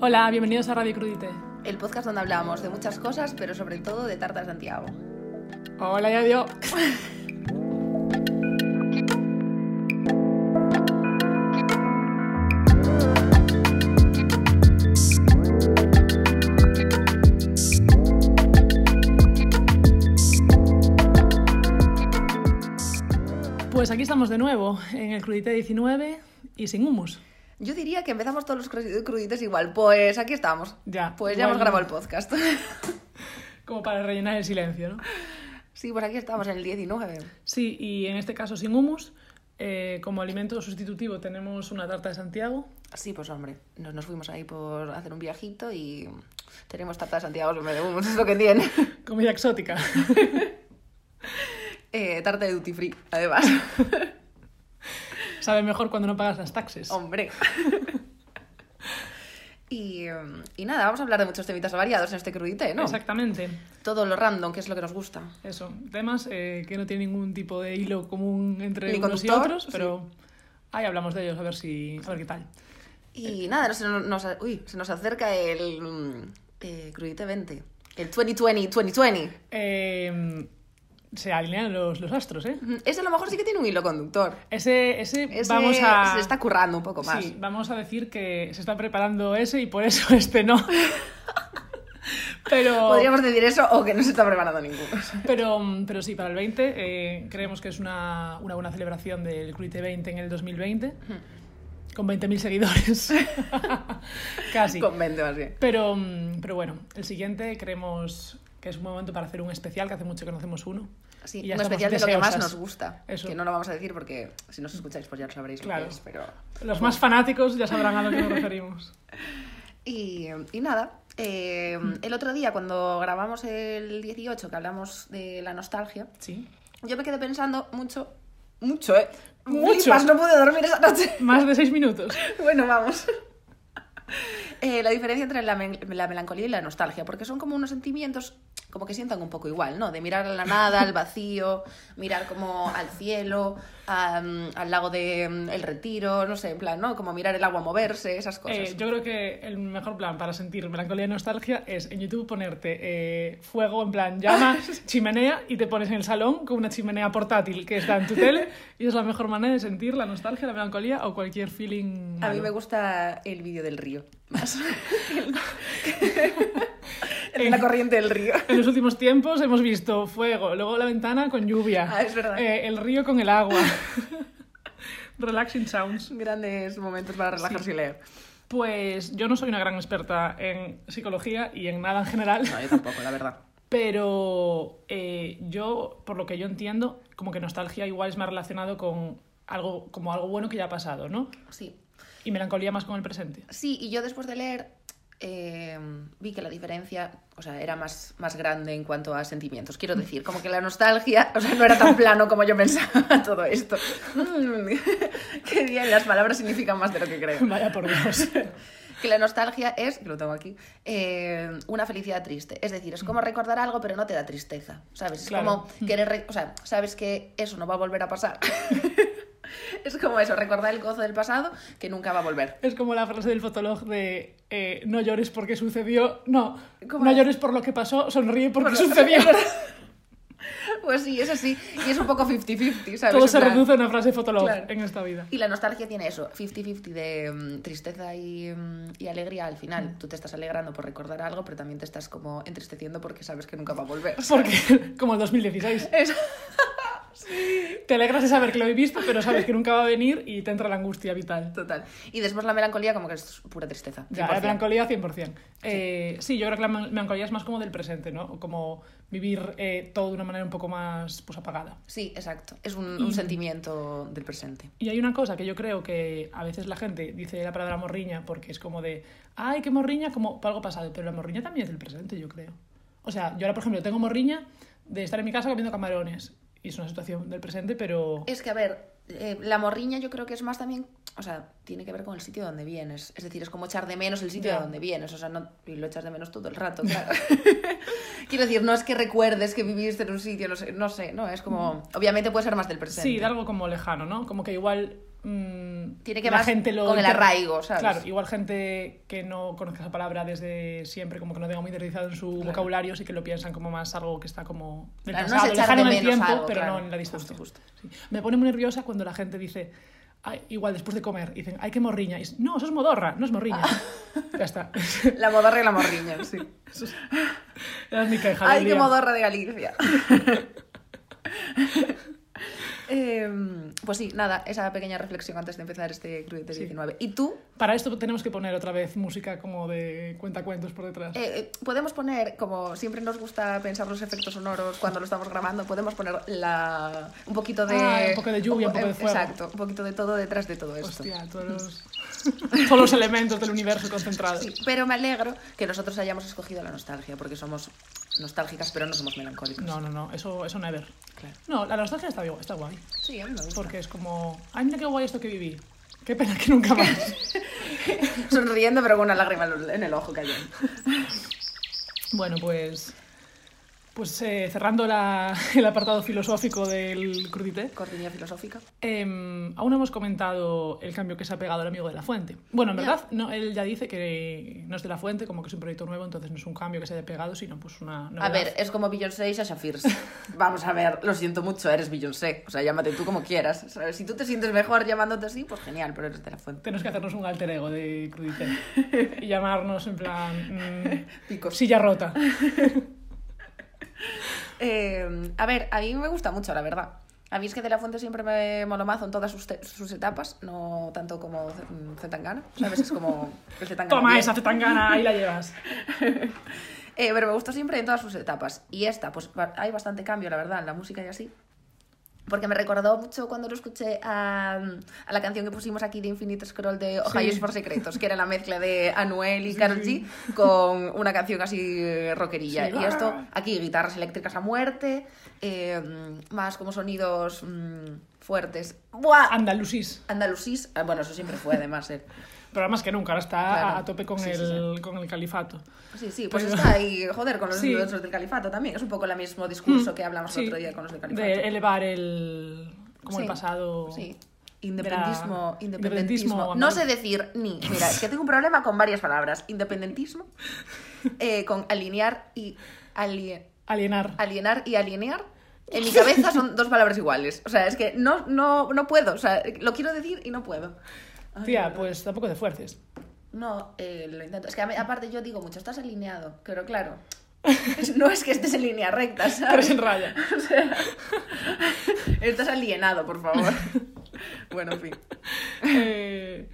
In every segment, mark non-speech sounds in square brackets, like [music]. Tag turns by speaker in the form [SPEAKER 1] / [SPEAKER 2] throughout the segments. [SPEAKER 1] Hola, bienvenidos a Radio Crudite.
[SPEAKER 2] El podcast donde hablamos de muchas cosas, pero sobre todo de tartas de Santiago.
[SPEAKER 1] Hola y adiós. Pues aquí estamos de nuevo en el Crudite 19 y sin humus.
[SPEAKER 2] Yo diría que empezamos todos los cru- cruditos igual. Pues aquí estamos.
[SPEAKER 1] Ya,
[SPEAKER 2] Pues ya hemos
[SPEAKER 1] bueno.
[SPEAKER 2] grabado el podcast. [laughs]
[SPEAKER 1] Como para rellenar el silencio, ¿no?
[SPEAKER 2] sí, pues aquí estamos en el 19.
[SPEAKER 1] Sí, y en este caso sin humus. eh, como alimento sustitutivo tenemos una tarta de Santiago.
[SPEAKER 2] Sí, pues hombre, nos, nos fuimos ahí por hacer un viajito y tenemos tartas de Santiago, hombre, es lo [laughs] que tiene.
[SPEAKER 1] Comida exótica. [laughs]
[SPEAKER 2] Eh, tarta de duty free, además.
[SPEAKER 1] Sabe mejor cuando no pagas las taxes.
[SPEAKER 2] [laughs] Hombre. [laughs] Y, em, y nada, vamos a hablar de muchos temitas variados en este crudite, ¿no?
[SPEAKER 1] Exactamente.
[SPEAKER 2] Todo lo random, que es lo que nos gusta.
[SPEAKER 1] Eso. Temas eh, que no tienen ningún tipo de hilo común entre
[SPEAKER 2] Ni
[SPEAKER 1] unos y
[SPEAKER 2] conductor,
[SPEAKER 1] otros, pero ahí hablamos de ellos, a ver si. a ver qué tal.
[SPEAKER 2] Y nada, se nos, nos- uy, se nos acerca el mm, eh, crudite 20. El 2020, 2020.
[SPEAKER 1] Eh, se alinean los, los astros, ¿eh?
[SPEAKER 2] Mm, [laughs] Ese a lo mejor sí que tiene un hilo conductor.
[SPEAKER 1] Ese, ese,
[SPEAKER 2] Ese
[SPEAKER 1] vamos a.
[SPEAKER 2] se está currando un poco más.
[SPEAKER 1] Sí, vamos a decir que se está preparando ese y por eso [laughs] este
[SPEAKER 2] [laughs]
[SPEAKER 1] no. pero,
[SPEAKER 2] Podríamos decir eso o que no se está
[SPEAKER 1] [laughs]
[SPEAKER 2] preparando ninguno.
[SPEAKER 1] pero, mm, pero sí, para el 20 eh, creemos que es una, una buena celebración del Crudite 20 en el 2020, con 20.000 seguidores. Casi.
[SPEAKER 2] Con 20 más bien.
[SPEAKER 1] Pero, mm, pero bueno, el siguiente creemos que es un momento para hacer un especial, que hace mucho que no hacemos uno.
[SPEAKER 2] Sí,
[SPEAKER 1] Y ya
[SPEAKER 2] un
[SPEAKER 1] estamos
[SPEAKER 2] especial de lo que más
[SPEAKER 1] deseosas.
[SPEAKER 2] nos gusta.
[SPEAKER 1] Eso.
[SPEAKER 2] Que no lo vamos a decir porque si nos escucháis pues ya lo sabréis lo que
[SPEAKER 1] Claro.
[SPEAKER 2] es, pero...
[SPEAKER 1] Los más fanáticos ya sabrán a lo que nos referimos.
[SPEAKER 2] Y, y nada, eh, el otro día cuando grabamos el 18, que hablamos de la nostalgia,
[SPEAKER 1] Sí.
[SPEAKER 2] yo me quedé pensando mucho, mucho, ¿eh?
[SPEAKER 1] Mucho.
[SPEAKER 2] Flipas, no pude dormir esa noche. [laughs]
[SPEAKER 1] Más de seis minutos.
[SPEAKER 2] bueno, vamos. [laughs] Eh, la diferencia entre la, men- la melancolía y la nostalgia, porque son como unos sentimientos como que sientan un poco igual, ¿no? De mirar a la nada, al vacío, mirar como al cielo, a, mm, al lago de mm, el retiro, no sé, en plan, ¿no? Como mirar el agua moverse, esas cosas.
[SPEAKER 1] Eh, yo creo que el mejor plan para sentir melancolía y nostalgia es en YouTube ponerte eh, fuego en plan
[SPEAKER 2] [laughs]
[SPEAKER 1] llama, chimenea y te pones en el salón con una chimenea portátil que está en tu
[SPEAKER 2] [laughs]
[SPEAKER 1] tele y es la mejor manera de sentir la nostalgia, la melancolía o cualquier feeling.
[SPEAKER 2] A mí
[SPEAKER 1] malo.
[SPEAKER 2] me gusta el vídeo del río. Más. [laughs]
[SPEAKER 1] Eh.
[SPEAKER 2] en la corriente del río. [laughs]
[SPEAKER 1] En los últimos tiempos hemos visto fuego, luego la ventana con lluvia,
[SPEAKER 2] Ah, es verdad.
[SPEAKER 1] eh, el río con el
[SPEAKER 2] [laughs]
[SPEAKER 1] agua. Relaxing sounds.
[SPEAKER 2] Grandes momentos para relajarse y leer.
[SPEAKER 1] Pues yo no soy una gran experta en psicología y en nada en general.
[SPEAKER 2] No, yo tampoco, la verdad.
[SPEAKER 1] Pero eh, yo, por lo que yo entiendo, como que nostalgia igual es más relacionado con algo, como algo bueno que ya ha pasado, ¿no?
[SPEAKER 2] [laughs] Sí.
[SPEAKER 1] Y melancolía más con el presente. [laughs]
[SPEAKER 2] Sí, y yo después de leer eh, vi que la diferencia, o sea, era más, más grande en cuanto a sentimientos. Quiero decir, como que la nostalgia, o sea, no era tan plano como yo pensaba [laughs] todo esto. Mm, [laughs] Qué bien, las palabras significan más de lo que creo.
[SPEAKER 1] Vaya por
[SPEAKER 2] [laughs]
[SPEAKER 1] Dios.
[SPEAKER 2] Que la nostalgia es, que lo tengo aquí, eh, una felicidad triste. Es decir, es como recordar algo, pero no te da tristeza. ¿Sabes? Es
[SPEAKER 1] Claro.
[SPEAKER 2] como querer. re- O sea, sabes que eso no va a volver a pasar. [laughs] es como eso, recordar el gozo del pasado que nunca va a volver.
[SPEAKER 1] es como la frase del fotolog de eh, no llores porque sucedió. No,
[SPEAKER 2] ¿Cómo
[SPEAKER 1] no
[SPEAKER 2] es?
[SPEAKER 1] llores por lo que pasó, sonríe porque
[SPEAKER 2] Por lo-
[SPEAKER 1] sucedió.
[SPEAKER 2] Pues sí, es así. Y es un poco 50-50, ¿sabes?
[SPEAKER 1] Todo
[SPEAKER 2] En
[SPEAKER 1] se
[SPEAKER 2] plan-
[SPEAKER 1] reduce a una frase fotolog
[SPEAKER 2] Claro.
[SPEAKER 1] en esta vida.
[SPEAKER 2] Y la nostalgia tiene eso, 50-50 de mm, tristeza y, mm, y alegría al final.
[SPEAKER 1] Mm.
[SPEAKER 2] Tú te estás alegrando por recordar algo, pero también te estás como entristeciendo porque sabes que nunca va a
[SPEAKER 1] [laughs]
[SPEAKER 2] volver.
[SPEAKER 1] Porque, como el 2016,
[SPEAKER 2] [laughs] Es-
[SPEAKER 1] te alegras de saber que lo he visto, pero sabes que nunca va a venir y te entra la angustia vital.
[SPEAKER 2] Total. Y después la melancolía como que es pura tristeza.
[SPEAKER 1] Ya,
[SPEAKER 2] 100%.
[SPEAKER 1] la melancolía 100%. Eh, sí, yo creo que la mel- melancolía es más como del presente, ¿no? Como vivir eh, todo de una manera un poco más pues, apagada.
[SPEAKER 2] Sí, exacto. Es un, un
[SPEAKER 1] Y-
[SPEAKER 2] sentimiento del presente.
[SPEAKER 1] Y hay una cosa que yo creo que a veces la gente dice la palabra morriña porque es como de, ay, qué morriña, como para algo pasado, pero la morriña también es del presente, yo creo. O sea, yo ahora, por ejemplo, tengo morriña de estar en mi casa comiendo camarones. Y es una situación del presente, pero...
[SPEAKER 2] Es que, a ver, eh, la morriña yo creo que es más también, o sea, tiene que ver con el sitio de donde vienes. Es decir, es como echar de menos el sitio
[SPEAKER 1] Ya.
[SPEAKER 2] de donde vienes. O sea, no, y lo echas de menos todo el rato, claro. [laughs] Quiero decir, no es que recuerdes que viviste
[SPEAKER 1] Mm.
[SPEAKER 2] en un sitio, no sé, no, sé, no es como... Obviamente puede ser más del presente.
[SPEAKER 1] Sí, de algo como lejano, ¿no? Como que igual mm,
[SPEAKER 2] Tiene que más con el
[SPEAKER 1] inter-
[SPEAKER 2] arraigo, ¿sabes?
[SPEAKER 1] Claro, igual gente que no conozca esa palabra desde siempre, como que no tenga muy interiorizado en su vocabulario, sí que lo piensan como más algo que está como del
[SPEAKER 2] Claro, no es
[SPEAKER 1] pasado,
[SPEAKER 2] echar
[SPEAKER 1] lejano
[SPEAKER 2] de
[SPEAKER 1] en el
[SPEAKER 2] menos
[SPEAKER 1] tiempo,
[SPEAKER 2] algo,
[SPEAKER 1] pero
[SPEAKER 2] claro.
[SPEAKER 1] no en la distancia.
[SPEAKER 2] Justo,
[SPEAKER 1] Sí. Me pone muy nerviosa cuando la gente dice, "Ay, igual después de comer, dicen, ay, qué morriña. Y es, no, eso es modorra, no es
[SPEAKER 2] [laughs]
[SPEAKER 1] morriña. Ya está. [laughs]
[SPEAKER 2] La modorra y la morriña, sí.
[SPEAKER 1] Esa es mi queja.
[SPEAKER 2] Ay,
[SPEAKER 1] del
[SPEAKER 2] qué
[SPEAKER 1] día.
[SPEAKER 2] modorra
[SPEAKER 1] [laughs]
[SPEAKER 2] de Galicia. [laughs] Em, pues sí, nada, esa pequeña reflexión antes de empezar este Club de
[SPEAKER 1] Sí.
[SPEAKER 2] 19. ¿Y tú?
[SPEAKER 1] Para esto tenemos que poner otra vez música como de cuentacuentos por detrás.
[SPEAKER 2] Eh, eh, podemos poner, como siempre nos gusta pensar los efectos sonoros cuando lo estamos grabando, podemos poner la, un poquito de... eh,
[SPEAKER 1] Ah, un poco de lluvia, un poco de fuego.
[SPEAKER 2] Exacto, un poquito de todo detrás de todo esto.
[SPEAKER 1] Hostia, todos
[SPEAKER 2] [laughs]
[SPEAKER 1] los, todos los elementos del universo concentrados.
[SPEAKER 2] Sí, pero me alegro que nosotros hayamos escogido la nostalgia, porque somos nostálgicas, pero no somos melancólicas.
[SPEAKER 1] No, no, no, eso, eso never.
[SPEAKER 2] Claro.
[SPEAKER 1] No, la nostalgia está, gu- está guay.
[SPEAKER 2] Sí, a mí me gusta.
[SPEAKER 1] Porque es como, ay, mira qué guay esto que viví. Qué pena que nunca
[SPEAKER 2] [laughs]
[SPEAKER 1] más.
[SPEAKER 2] [laughs] Sonriendo, pero con una lágrima en el ojo cayendo.
[SPEAKER 1] bueno, pues. Pues eh, cerrando la- el apartado filosófico del crudité,
[SPEAKER 2] Cortinilla filosófica.
[SPEAKER 1] em, aún no hemos comentado el cambio que se ha pegado el amigo de la fuente. Bueno, en
[SPEAKER 2] Ya.
[SPEAKER 1] verdad, no, él ya dice que no es de la fuente, como que es un proyecto nuevo, entonces no es un cambio que se haya pegado, sino pues una.
[SPEAKER 2] A
[SPEAKER 1] novedad.
[SPEAKER 2] ver, es como Beyoncé y Sasha Fierce. Vamos a ver, lo siento mucho, eres Beyoncé. O sea, llámate tú como quieras. ¿sabes? Si tú te sientes mejor llamándote así, pues genial, pero eres de la fuente.
[SPEAKER 1] Tenemos que hacernos un alter ego de
[SPEAKER 2] [laughs]
[SPEAKER 1] crudité y llamarnos en plan. mm,
[SPEAKER 2] Pico.
[SPEAKER 1] silla rota.
[SPEAKER 2] Eh, a ver, a mí me gusta mucho, la verdad. A mí es que De La Fuente siempre me molomazo en todas sus, te- sus etapas, no tanto como Z- mm, Zetangana, ¿sabes? Es como el Zetangana.
[SPEAKER 1] Toma
[SPEAKER 2] bien.
[SPEAKER 1] esa tangana, ahí la llevas.
[SPEAKER 2] Eh, pero me gusta siempre en todas sus etapas. Y esta, pues va- hay bastante cambio, la verdad, en la música y así. Porque me recordó mucho cuando lo escuché a, a la canción que pusimos aquí de Infinite Scroll de Ohio
[SPEAKER 1] Sí.
[SPEAKER 2] for Secretos, que era la mezcla de Anuel y Karol
[SPEAKER 1] sí.
[SPEAKER 2] G con una canción así rockerilla.
[SPEAKER 1] Sí.
[SPEAKER 2] Y esto, aquí guitarras eléctricas a muerte, eh, más como sonidos mm, fuertes. ¡Buah!
[SPEAKER 1] Andalusís.
[SPEAKER 2] Andalusís, ah, bueno, eso siempre fue además. eh.
[SPEAKER 1] Pero más que nunca, ahora está
[SPEAKER 2] Claro.
[SPEAKER 1] a- a tope con,
[SPEAKER 2] Sí, sí,
[SPEAKER 1] el, con el califato.
[SPEAKER 2] Sí, sí, pues
[SPEAKER 1] Pero- [laughs]
[SPEAKER 2] está ahí, joder, con los
[SPEAKER 1] Sí. Mm.
[SPEAKER 2] los del califato también. Es un poco el mismo discurso que hablamos
[SPEAKER 1] Sí,
[SPEAKER 2] el otro día con los del califato.
[SPEAKER 1] De elevar el. como el
[SPEAKER 2] Sí,
[SPEAKER 1] pasado.
[SPEAKER 2] Sí.
[SPEAKER 1] Era
[SPEAKER 2] Independentismo, independentismo.
[SPEAKER 1] independentismo,
[SPEAKER 2] No
[SPEAKER 1] amor.
[SPEAKER 2] sé decir ni. Mira, es que tengo un problema con varias palabras. Independentismo,
[SPEAKER 1] [laughs]
[SPEAKER 2] eh, con alinear y alie-
[SPEAKER 1] Alienar.
[SPEAKER 2] alienar y alinear. En mi cabeza son dos palabras iguales. O sea, es que no, no, no puedo. O sea, lo quiero decir y no puedo. Ay,
[SPEAKER 1] Tía, pues tampoco te fuerces.
[SPEAKER 2] No, eh, lo intento. Es que a mí- aparte yo digo mucho, estás alineado. Pero claro, [laughs] no es que estés en línea recta, ¿sabes?
[SPEAKER 1] Tres en raya.
[SPEAKER 2] O sea, estás alienado, por
[SPEAKER 1] [laughs]
[SPEAKER 2] favor. Bueno, en fin.
[SPEAKER 1] Eh,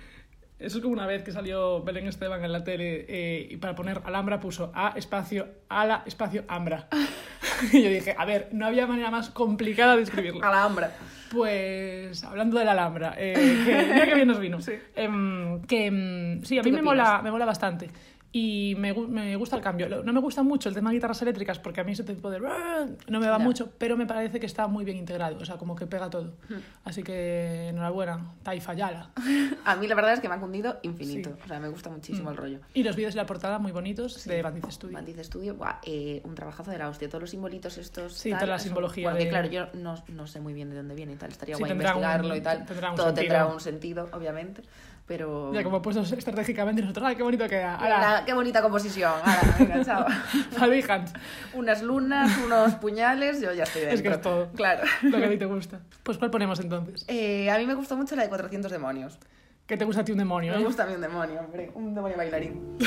[SPEAKER 1] eso es como una vez que salió Belén Esteban en la tele eh, y para poner Alhambra puso A espacio, ala, espacio, Ambra. [laughs] y yo dije, a ver, no había manera más complicada de escribirlo.
[SPEAKER 2] A la hambra.
[SPEAKER 1] Pues hablando de la Alhambra, eh, que, mira que bien nos
[SPEAKER 2] [laughs]
[SPEAKER 1] vino. Em, que em, sí, a
[SPEAKER 2] ¿Tú
[SPEAKER 1] mí me
[SPEAKER 2] qué
[SPEAKER 1] mola, me mola bastante. Y me, gu- me gusta el cambio. Lo- No me gusta mucho el tema de guitarras eléctricas porque a mí ese tipo de... No me va
[SPEAKER 2] Ya.
[SPEAKER 1] mucho, pero me parece que está muy bien integrado. O sea, como que pega todo.
[SPEAKER 2] Hmm.
[SPEAKER 1] Así que enhorabuena, Taifa Yala.
[SPEAKER 2] A mí la verdad es que me ha cundido infinito.
[SPEAKER 1] Sí. Mm.
[SPEAKER 2] O sea, me gusta muchísimo el rollo.
[SPEAKER 1] Y los vídeos y la portada muy bonitos de Bandit Studio.
[SPEAKER 2] Matiz Estudio, buah, eh, un trabajazo de la hostia. Todos los simbolitos estos.
[SPEAKER 1] Sí, toda la
[SPEAKER 2] eso-
[SPEAKER 1] simbología
[SPEAKER 2] Porque
[SPEAKER 1] de-
[SPEAKER 2] claro, yo no, no sé muy bien de dónde viene y tal. Estaría
[SPEAKER 1] Sí,
[SPEAKER 2] guay
[SPEAKER 1] tendrá un-
[SPEAKER 2] investigarlo y tal.
[SPEAKER 1] tendrá un
[SPEAKER 2] Todo tendrá
[SPEAKER 1] sentido.
[SPEAKER 2] un sentido, obviamente. Pero.
[SPEAKER 1] Ya como puestos estratégicamente nosotros, ¡ay, qué bonito queda! [laughs]
[SPEAKER 2] Ala,
[SPEAKER 1] ¡Hala!
[SPEAKER 2] ¡Qué bonita composición! Ala,
[SPEAKER 1] [laughs]
[SPEAKER 2] venga, chao.
[SPEAKER 1] Fabi Hans,
[SPEAKER 2] Unas lunas, unos puñales, yo ya estoy dentro.
[SPEAKER 1] Es que es todo.
[SPEAKER 2] Claro.
[SPEAKER 1] lo que a ti te gusta. Pues ¿cuál ponemos entonces?
[SPEAKER 2] Eh, a mí me gustó mucho la de 400 demonios.
[SPEAKER 1] ¿Qué te gusta a ti un demonio?
[SPEAKER 2] Me
[SPEAKER 1] eh?
[SPEAKER 2] gusta a mí un demonio, hombre. Un
[SPEAKER 1] [laughs]
[SPEAKER 2] demonio bailarín.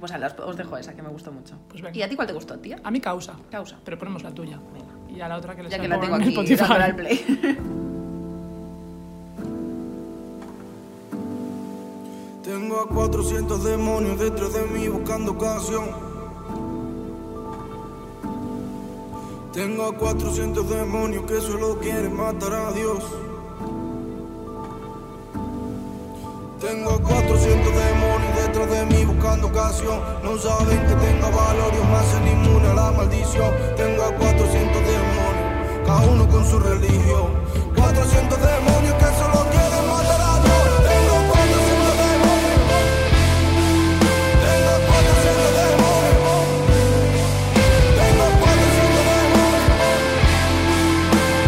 [SPEAKER 2] pues ala, os, os dejo esa que me gustó mucho.
[SPEAKER 1] Pues venga.
[SPEAKER 2] ¿Y a ti cuál te gustó, tía?
[SPEAKER 1] A mi causa.
[SPEAKER 2] Causa.
[SPEAKER 1] Pero ponemos la tuya.
[SPEAKER 2] Venga.
[SPEAKER 1] Y a la otra que les
[SPEAKER 2] Ya que la tengo
[SPEAKER 1] pongo en
[SPEAKER 2] aquí
[SPEAKER 1] Spotify.
[SPEAKER 2] dándole
[SPEAKER 1] [laughs]
[SPEAKER 2] al play.
[SPEAKER 3] Tengo a 400 demonios dentro de mí buscando canción. Tengo a 400 demonios que solo quieren matar a Dios. Tengo a 400 demonios dentro de mí buscando ocasión. No saben que tenga valor y más en inmune a la maldición. Tengo a 400 demonios, cada uno con su religión. 400 demonios que solo quieren matar a Dios. Tengo 400 demonios. Tengo 400 demonios. Tengo 400 demonios.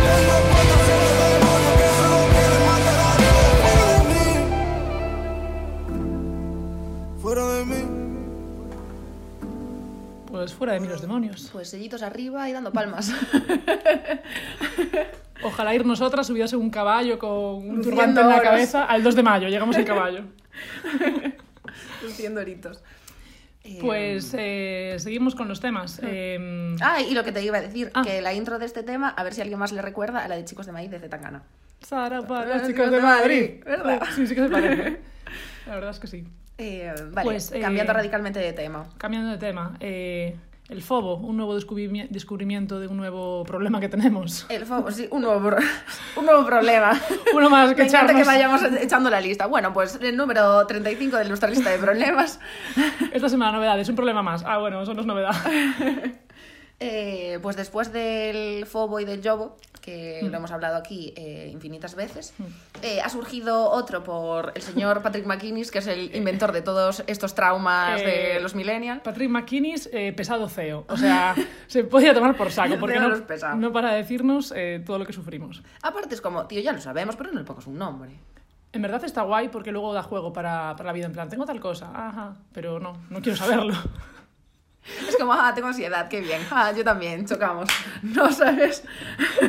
[SPEAKER 3] Tengo 400 demonios que solo quieren matar a Dios.
[SPEAKER 1] Pues, fuera de mí los demonios.
[SPEAKER 2] Pues sellitos arriba y dando palmas.
[SPEAKER 1] Ojalá ir nosotras subidas en un caballo con un
[SPEAKER 2] Luciendo
[SPEAKER 1] turbante en la
[SPEAKER 2] oros.
[SPEAKER 1] cabeza al 2 de mayo, llegamos en
[SPEAKER 2] [laughs]
[SPEAKER 1] caballo.
[SPEAKER 2] [laughs] Luciendo oritos. Eh,
[SPEAKER 1] Pues eh, seguimos con los temas. Eh,
[SPEAKER 2] Ah, y lo que te iba a decir,
[SPEAKER 1] Ah.
[SPEAKER 2] que la intro de este tema, a ver si alguien más le recuerda a la de Chicos de Maíz de Zetangana.
[SPEAKER 1] Sara para
[SPEAKER 2] Los
[SPEAKER 1] los
[SPEAKER 2] chicos
[SPEAKER 1] chicos de
[SPEAKER 2] de
[SPEAKER 1] Madrid.
[SPEAKER 2] Madrid, ¿verdad?
[SPEAKER 1] Sí, sí que
[SPEAKER 2] [laughs]
[SPEAKER 1] se parece. La verdad es que sí.
[SPEAKER 2] Eh, vale,
[SPEAKER 1] Pues, eh,
[SPEAKER 2] cambiando radicalmente de tema.
[SPEAKER 1] Cambiando de tema, eh, el FOBO, un nuevo descubrimi- descubrimiento de un nuevo problema que
[SPEAKER 2] [laughs]
[SPEAKER 1] tenemos.
[SPEAKER 2] El fo- sí, un nuevo, pro- [laughs] un nuevo
[SPEAKER 1] [laughs]
[SPEAKER 2] problema.
[SPEAKER 1] Uno más que
[SPEAKER 2] Me encanta
[SPEAKER 1] echarnos.
[SPEAKER 2] que vayamos echando la lista. Bueno, pues el número 35 de nuestra lista
[SPEAKER 1] [laughs]
[SPEAKER 2] de problemas.
[SPEAKER 1] Esta semana novedades, un problema más. Ah, bueno, eso no es novedad.
[SPEAKER 2] Eh, pues después del Fobo y del Jobo, que
[SPEAKER 1] Mm.
[SPEAKER 2] lo hemos hablado aquí eh, infinitas veces, eh, ha surgido otro por el señor Patrick McInnes, que es el inventor de todos estos traumas
[SPEAKER 1] Eh,
[SPEAKER 2] de los millennials.
[SPEAKER 1] Patrick McKinnis, pesado CEO. O sea, [laughs] se podía tomar por
[SPEAKER 2] [laughs]
[SPEAKER 1] saco, porque
[SPEAKER 2] Ceo los pesa.
[SPEAKER 1] no, no para de decirnos eh, todo lo que sufrimos.
[SPEAKER 2] Aparte es como, tío, ya lo sabemos, pero no le pongas un nombre.
[SPEAKER 1] En verdad está guay porque luego da juego para, para la vida. En plan, tengo tal cosa, ajá, pero no, no quiero
[SPEAKER 2] [laughs]
[SPEAKER 1] saberlo.
[SPEAKER 2] Es como, ah, tengo ansiedad, qué bien. Ah, yo también, chocamos. [laughs] No sabes.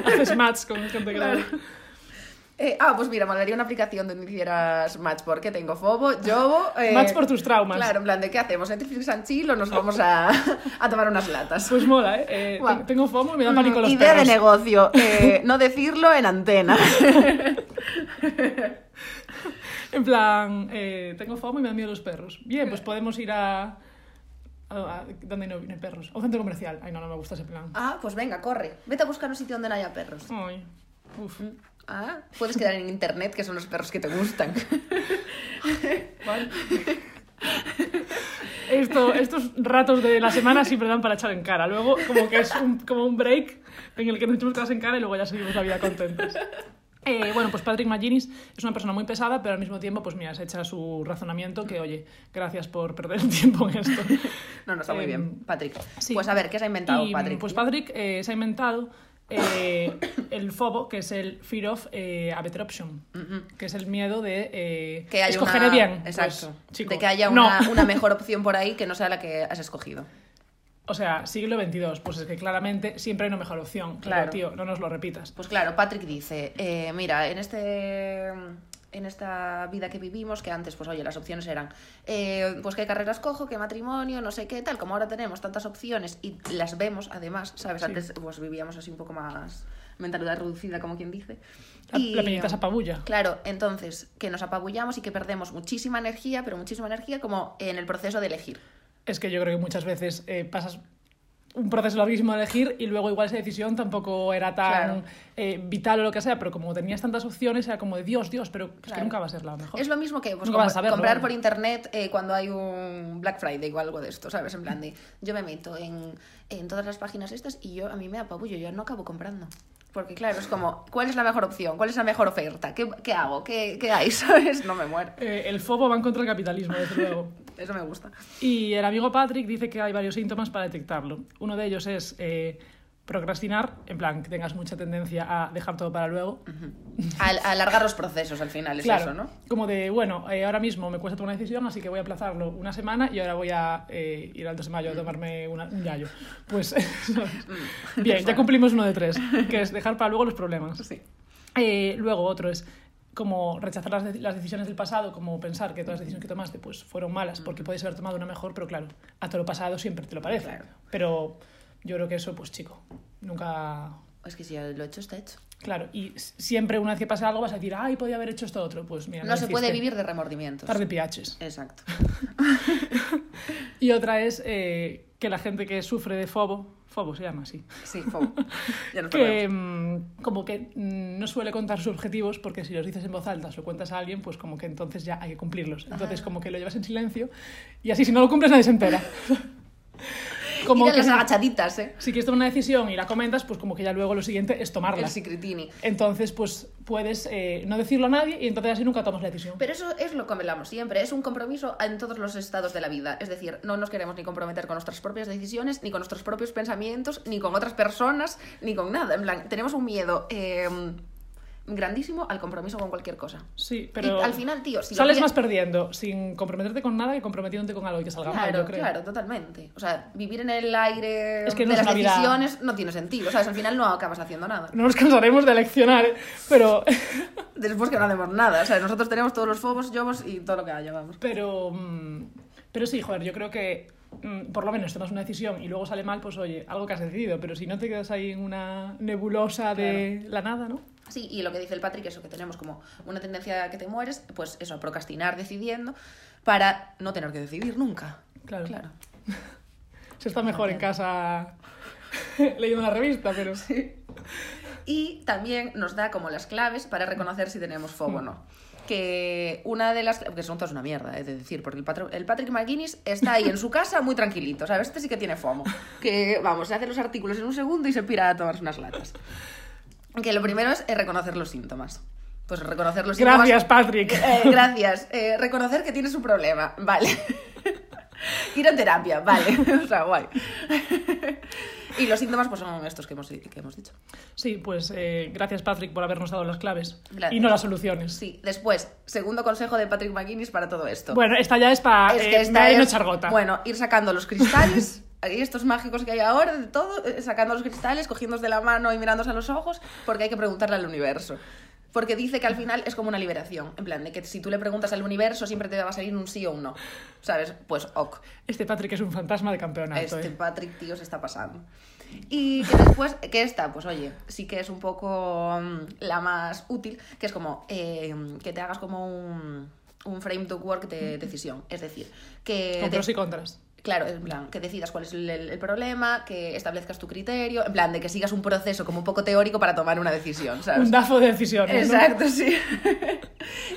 [SPEAKER 1] Haces match con gente que
[SPEAKER 2] Claro.
[SPEAKER 1] tal.
[SPEAKER 2] Eh, ah, pues mira, molaría una aplicación donde hicieras match porque tengo fobo, yobo. eh,
[SPEAKER 1] [laughs] Match por tus traumas.
[SPEAKER 2] Claro, en plan, ¿de qué hacemos? ¿Netflix and chill o nos vamos a, [laughs] a tomar unas latas?
[SPEAKER 1] Pues mola, ¿eh? Eh,
[SPEAKER 2] Guau.
[SPEAKER 1] te- Tengo FOMO y me da pánico
[SPEAKER 2] Mm,
[SPEAKER 1] los
[SPEAKER 2] Idea
[SPEAKER 1] perros.
[SPEAKER 2] de
[SPEAKER 1] [laughs]
[SPEAKER 2] negocio, eh, no decirlo en antena.
[SPEAKER 1] En plan, eh, tengo FOMO y me dan miedo los perros. Bien, pues podemos ir a... a- a- ¿Dónde no vienen perros? A un centro comercial. Ay, no, no me gusta ese plan.
[SPEAKER 2] Ah, pues venga, corre. Vete a buscar un sitio donde no haya perros.
[SPEAKER 1] Ay, uf.
[SPEAKER 2] Ah, puedes quedar en internet, que son los perros que te gustan. [laughs]
[SPEAKER 1] Vale. Esto, estos ratos de la semana siempre dan para echar en cara. Luego, como que es un, como un break en el que nos echamos caras en cara y luego ya seguimos la vida contentos. Eh, bueno, pues Patrick McGuinness es una persona muy pesada, pero al mismo tiempo, pues mira, se echa su razonamiento que, oye, gracias por perder el tiempo en esto.
[SPEAKER 2] No, no está muy
[SPEAKER 1] Em,
[SPEAKER 2] bien, Patrick.
[SPEAKER 1] sí.
[SPEAKER 2] Pues a ver, ¿qué se ha inventado,
[SPEAKER 1] Y,
[SPEAKER 2] Patrick?
[SPEAKER 1] Pues Patrick eh, se ha inventado eh, [coughs] el FOBO, que es el Fear of eh, a Better Option, que es el miedo de eh,
[SPEAKER 2] que haya
[SPEAKER 1] escogeré
[SPEAKER 2] una...
[SPEAKER 1] bien.
[SPEAKER 2] Exacto.
[SPEAKER 1] Pues, chico,
[SPEAKER 2] de que haya
[SPEAKER 1] no.
[SPEAKER 2] una, una mejor opción por ahí que no sea la que has escogido.
[SPEAKER 1] O sea, siglo XXII, pues es que claramente siempre hay una mejor opción.
[SPEAKER 2] Claro.
[SPEAKER 1] Claro, tío, no nos lo repitas.
[SPEAKER 2] Pues claro, Patrick dice, eh, mira, en este en esta vida que vivimos, que antes, pues oye, las opciones eran, eh, pues qué carreras cojo, qué matrimonio, no sé qué tal, como ahora tenemos tantas opciones y las vemos además, ¿sabes?
[SPEAKER 1] Sí.
[SPEAKER 2] Antes pues vivíamos así un poco más mentalidad reducida, como quien dice.
[SPEAKER 1] La, la peñita se apabulla.
[SPEAKER 2] Claro, entonces, que nos apabullamos y que perdemos muchísima energía, pero muchísima energía como en el proceso de elegir.
[SPEAKER 1] Es que yo creo que muchas veces eh, pasas un proceso larguísimo de elegir y luego igual esa decisión tampoco era tan
[SPEAKER 2] Claro.
[SPEAKER 1] eh, vital o lo que sea, pero como tenías tantas opciones era como de Dios, Dios, pero es
[SPEAKER 2] Claro.
[SPEAKER 1] que nunca va a ser la mejor.
[SPEAKER 2] Es lo mismo que pues,
[SPEAKER 1] Nunca vas
[SPEAKER 2] compra-
[SPEAKER 1] a saberlo,
[SPEAKER 2] comprar
[SPEAKER 1] vaya.
[SPEAKER 2] por internet eh, cuando hay un Black Friday o algo de esto, ¿sabes? En plan de, yo me meto en, en todas las páginas estas y yo a mí me apabullo, yo no acabo comprando. Porque claro, es como, ¿cuál es la mejor opción? ¿Cuál es la mejor oferta? ¿Qué, qué hago? ¿Qué, ¿Qué hay? [laughs] ¿Sabes? No me muero.
[SPEAKER 1] Eh, el fobo va en contra del capitalismo, desde luego.
[SPEAKER 2] Eso me gusta.
[SPEAKER 1] Y el amigo Patrick dice que hay varios síntomas para detectarlo. Uno de ellos es eh, procrastinar, en plan, que tengas mucha tendencia a dejar todo para luego.
[SPEAKER 2] Al- alargar los procesos al final, es
[SPEAKER 1] claro,
[SPEAKER 2] eso, ¿no?
[SPEAKER 1] como de, bueno, eh, ahora mismo me cuesta tomar una decisión, así que voy a aplazarlo una semana y ahora voy a eh, ir al 2 de mayo a tomarme una- un gallo. Pues, [laughs] ¿sabes?
[SPEAKER 2] Mm.
[SPEAKER 1] bien, ya cumplimos uno de tres, que es dejar para luego los problemas.
[SPEAKER 2] Sí.
[SPEAKER 1] Eh, luego otro es como rechazar las, de- las decisiones del pasado, como pensar que todas las decisiones que tomaste pues fueron malas porque podéis haber tomado una mejor, pero claro, hasta lo pasado siempre te lo parece.
[SPEAKER 2] Claro.
[SPEAKER 1] Pero yo creo que eso, pues chico, nunca...
[SPEAKER 2] Es que si lo hecho, está hecho.
[SPEAKER 1] Claro, y s- siempre una vez que pasa algo vas a decir, ay, podía haber hecho esto otro. Pues mira,
[SPEAKER 2] No se puede
[SPEAKER 1] hiciste.
[SPEAKER 2] vivir de remordimientos.
[SPEAKER 1] Par de piaches.
[SPEAKER 2] Exacto.
[SPEAKER 1] Y otra es eh, que la gente que sufre de fobo, fobo se llama así,
[SPEAKER 2] Sí, fo. Ya nos
[SPEAKER 1] [laughs] que mm, como que mm, no suele contar sus objetivos porque si los dices en voz alta, se lo cuentas a alguien, pues como que entonces ya hay que cumplirlos. Entonces como que lo llevas en silencio y así si no lo cumples nadie se
[SPEAKER 2] [laughs]
[SPEAKER 1] entera.
[SPEAKER 2] Como
[SPEAKER 1] que
[SPEAKER 2] las
[SPEAKER 1] si,
[SPEAKER 2] agachaditas, ¿eh?
[SPEAKER 1] si quieres tomar una decisión y la comentas, pues como que ya luego lo siguiente es tomarla.
[SPEAKER 2] El secretini.
[SPEAKER 1] Entonces pues puedes eh, no decirlo a nadie y entonces así nunca tomas la decisión.
[SPEAKER 2] Pero eso es lo que hablamos siempre, es un compromiso en todos los estados de la vida. Es decir, no nos queremos ni comprometer con nuestras propias decisiones, ni con nuestros propios pensamientos, ni con otras personas, ni con nada. En plan, tenemos un miedo eh, grandísimo al compromiso con cualquier cosa.
[SPEAKER 1] Sí, pero.
[SPEAKER 2] Y al final, tío, si lo
[SPEAKER 1] sales
[SPEAKER 2] pi-
[SPEAKER 1] más perdiendo sin comprometerte con nada que comprometiéndote con algo y que salga mal,
[SPEAKER 2] Claro,
[SPEAKER 1] yo creo.
[SPEAKER 2] claro, totalmente. O sea, vivir en el aire
[SPEAKER 1] Es que no
[SPEAKER 2] de
[SPEAKER 1] es
[SPEAKER 2] las
[SPEAKER 1] Navidad.
[SPEAKER 2] decisiones no tiene sentido. ¿sabes? Al final no acabas haciendo nada.
[SPEAKER 1] No nos cansaremos de leccionar, pero.
[SPEAKER 2] Después que no hacemos nada. O sea, nosotros tenemos todos los fobos, yobos y todo lo que haya, vamos.
[SPEAKER 1] Pero, mm, pero sí, joder, yo creo que mm, por lo menos tomas una decisión y luego sale mal, pues oye, algo que has decidido, pero si no te quedas ahí en una nebulosa de la nada, ¿no?
[SPEAKER 2] Sí, y lo que dice el Patrick, eso que tenemos como una tendencia que te mueres, pues eso, procrastinar decidiendo para no tener que decidir nunca.
[SPEAKER 1] Claro.
[SPEAKER 2] Claro.
[SPEAKER 1] Se está mejor en casa [laughs] leyendo una revista, pero
[SPEAKER 2] Y también nos da como las claves para reconocer si tenemos fobo
[SPEAKER 1] Mm.
[SPEAKER 2] o no. Que una de las... que son todas una mierda, es de decir, porque el, patro- el Patrick McGuinness está ahí en su casa muy tranquilito, ¿sabes? Este sí que tiene fomo. Que, vamos, se hace los artículos en un segundo y se pira a tomarse unas latas. Que lo primero es eh, reconocer los síntomas. Pues reconocer los síntomas...
[SPEAKER 1] gracias, Patrick.
[SPEAKER 2] Eh, gracias. Eh, reconocer que tienes un problema, vale. [laughs] Ir a terapia, vale. [laughs] o sea, guay. y los síntomas pues son estos que hemos, que hemos dicho.
[SPEAKER 1] Sí, pues eh, gracias, Patrick, por habernos dado las claves
[SPEAKER 2] Gracias.
[SPEAKER 1] y no las soluciones.
[SPEAKER 2] Sí, después, segundo consejo de Patrick McGuinness para todo esto.
[SPEAKER 1] Bueno, eh, esta ya es para
[SPEAKER 2] Es que esta
[SPEAKER 1] no
[SPEAKER 2] es-
[SPEAKER 1] echar gota.
[SPEAKER 2] Bueno, ir sacando los cristales, [laughs] ahí estos mágicos que hay ahora, de todo, eh, sacando los cristales, cogiéndose de la mano y mirándose a los ojos, porque hay que preguntarle al universo. Porque dice que al final es como una liberación, en plan, de que si tú le preguntas al universo siempre te va a salir un sí o un no. ¿Sabes? Pues ok.
[SPEAKER 1] Este Patrick es un fantasma de campeonato.
[SPEAKER 2] Este
[SPEAKER 1] eh.
[SPEAKER 2] Patrick, tío, se está pasando. Y que después, que esta, pues oye, sí que es un poco mm, la más útil, que es como eh, que te hagas como un, un frame to work de decisión. Es decir, que.
[SPEAKER 1] Con
[SPEAKER 2] de-
[SPEAKER 1] pros y contras.
[SPEAKER 2] Claro, en plan, que decidas cuál es el, el problema, que establezcas tu criterio, en plan, de que sigas un proceso como un poco teórico para tomar una decisión, ¿sabes?
[SPEAKER 1] Un dafo de decisiones. ¿no?
[SPEAKER 2] Exacto, sí. [laughs]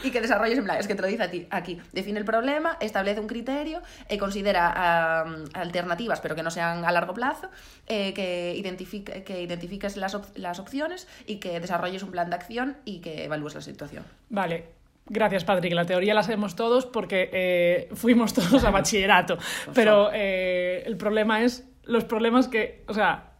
[SPEAKER 2] y que desarrolles en plan, es que te lo dice a ti, aquí. Define el problema, establece un criterio, eh, considera am, alternativas, pero que no sean a largo plazo, eh, que, identifique- que identifiques las, op- las opciones y que desarrolles un plan de acción y que evalúes la situación.
[SPEAKER 1] Vale. Gracias, Patrick. La teoría la sabemos todos porque eh, fuimos
[SPEAKER 2] [laughs]
[SPEAKER 1] todos a bachillerato. Pero eh, el problema es los problemas que, o sea,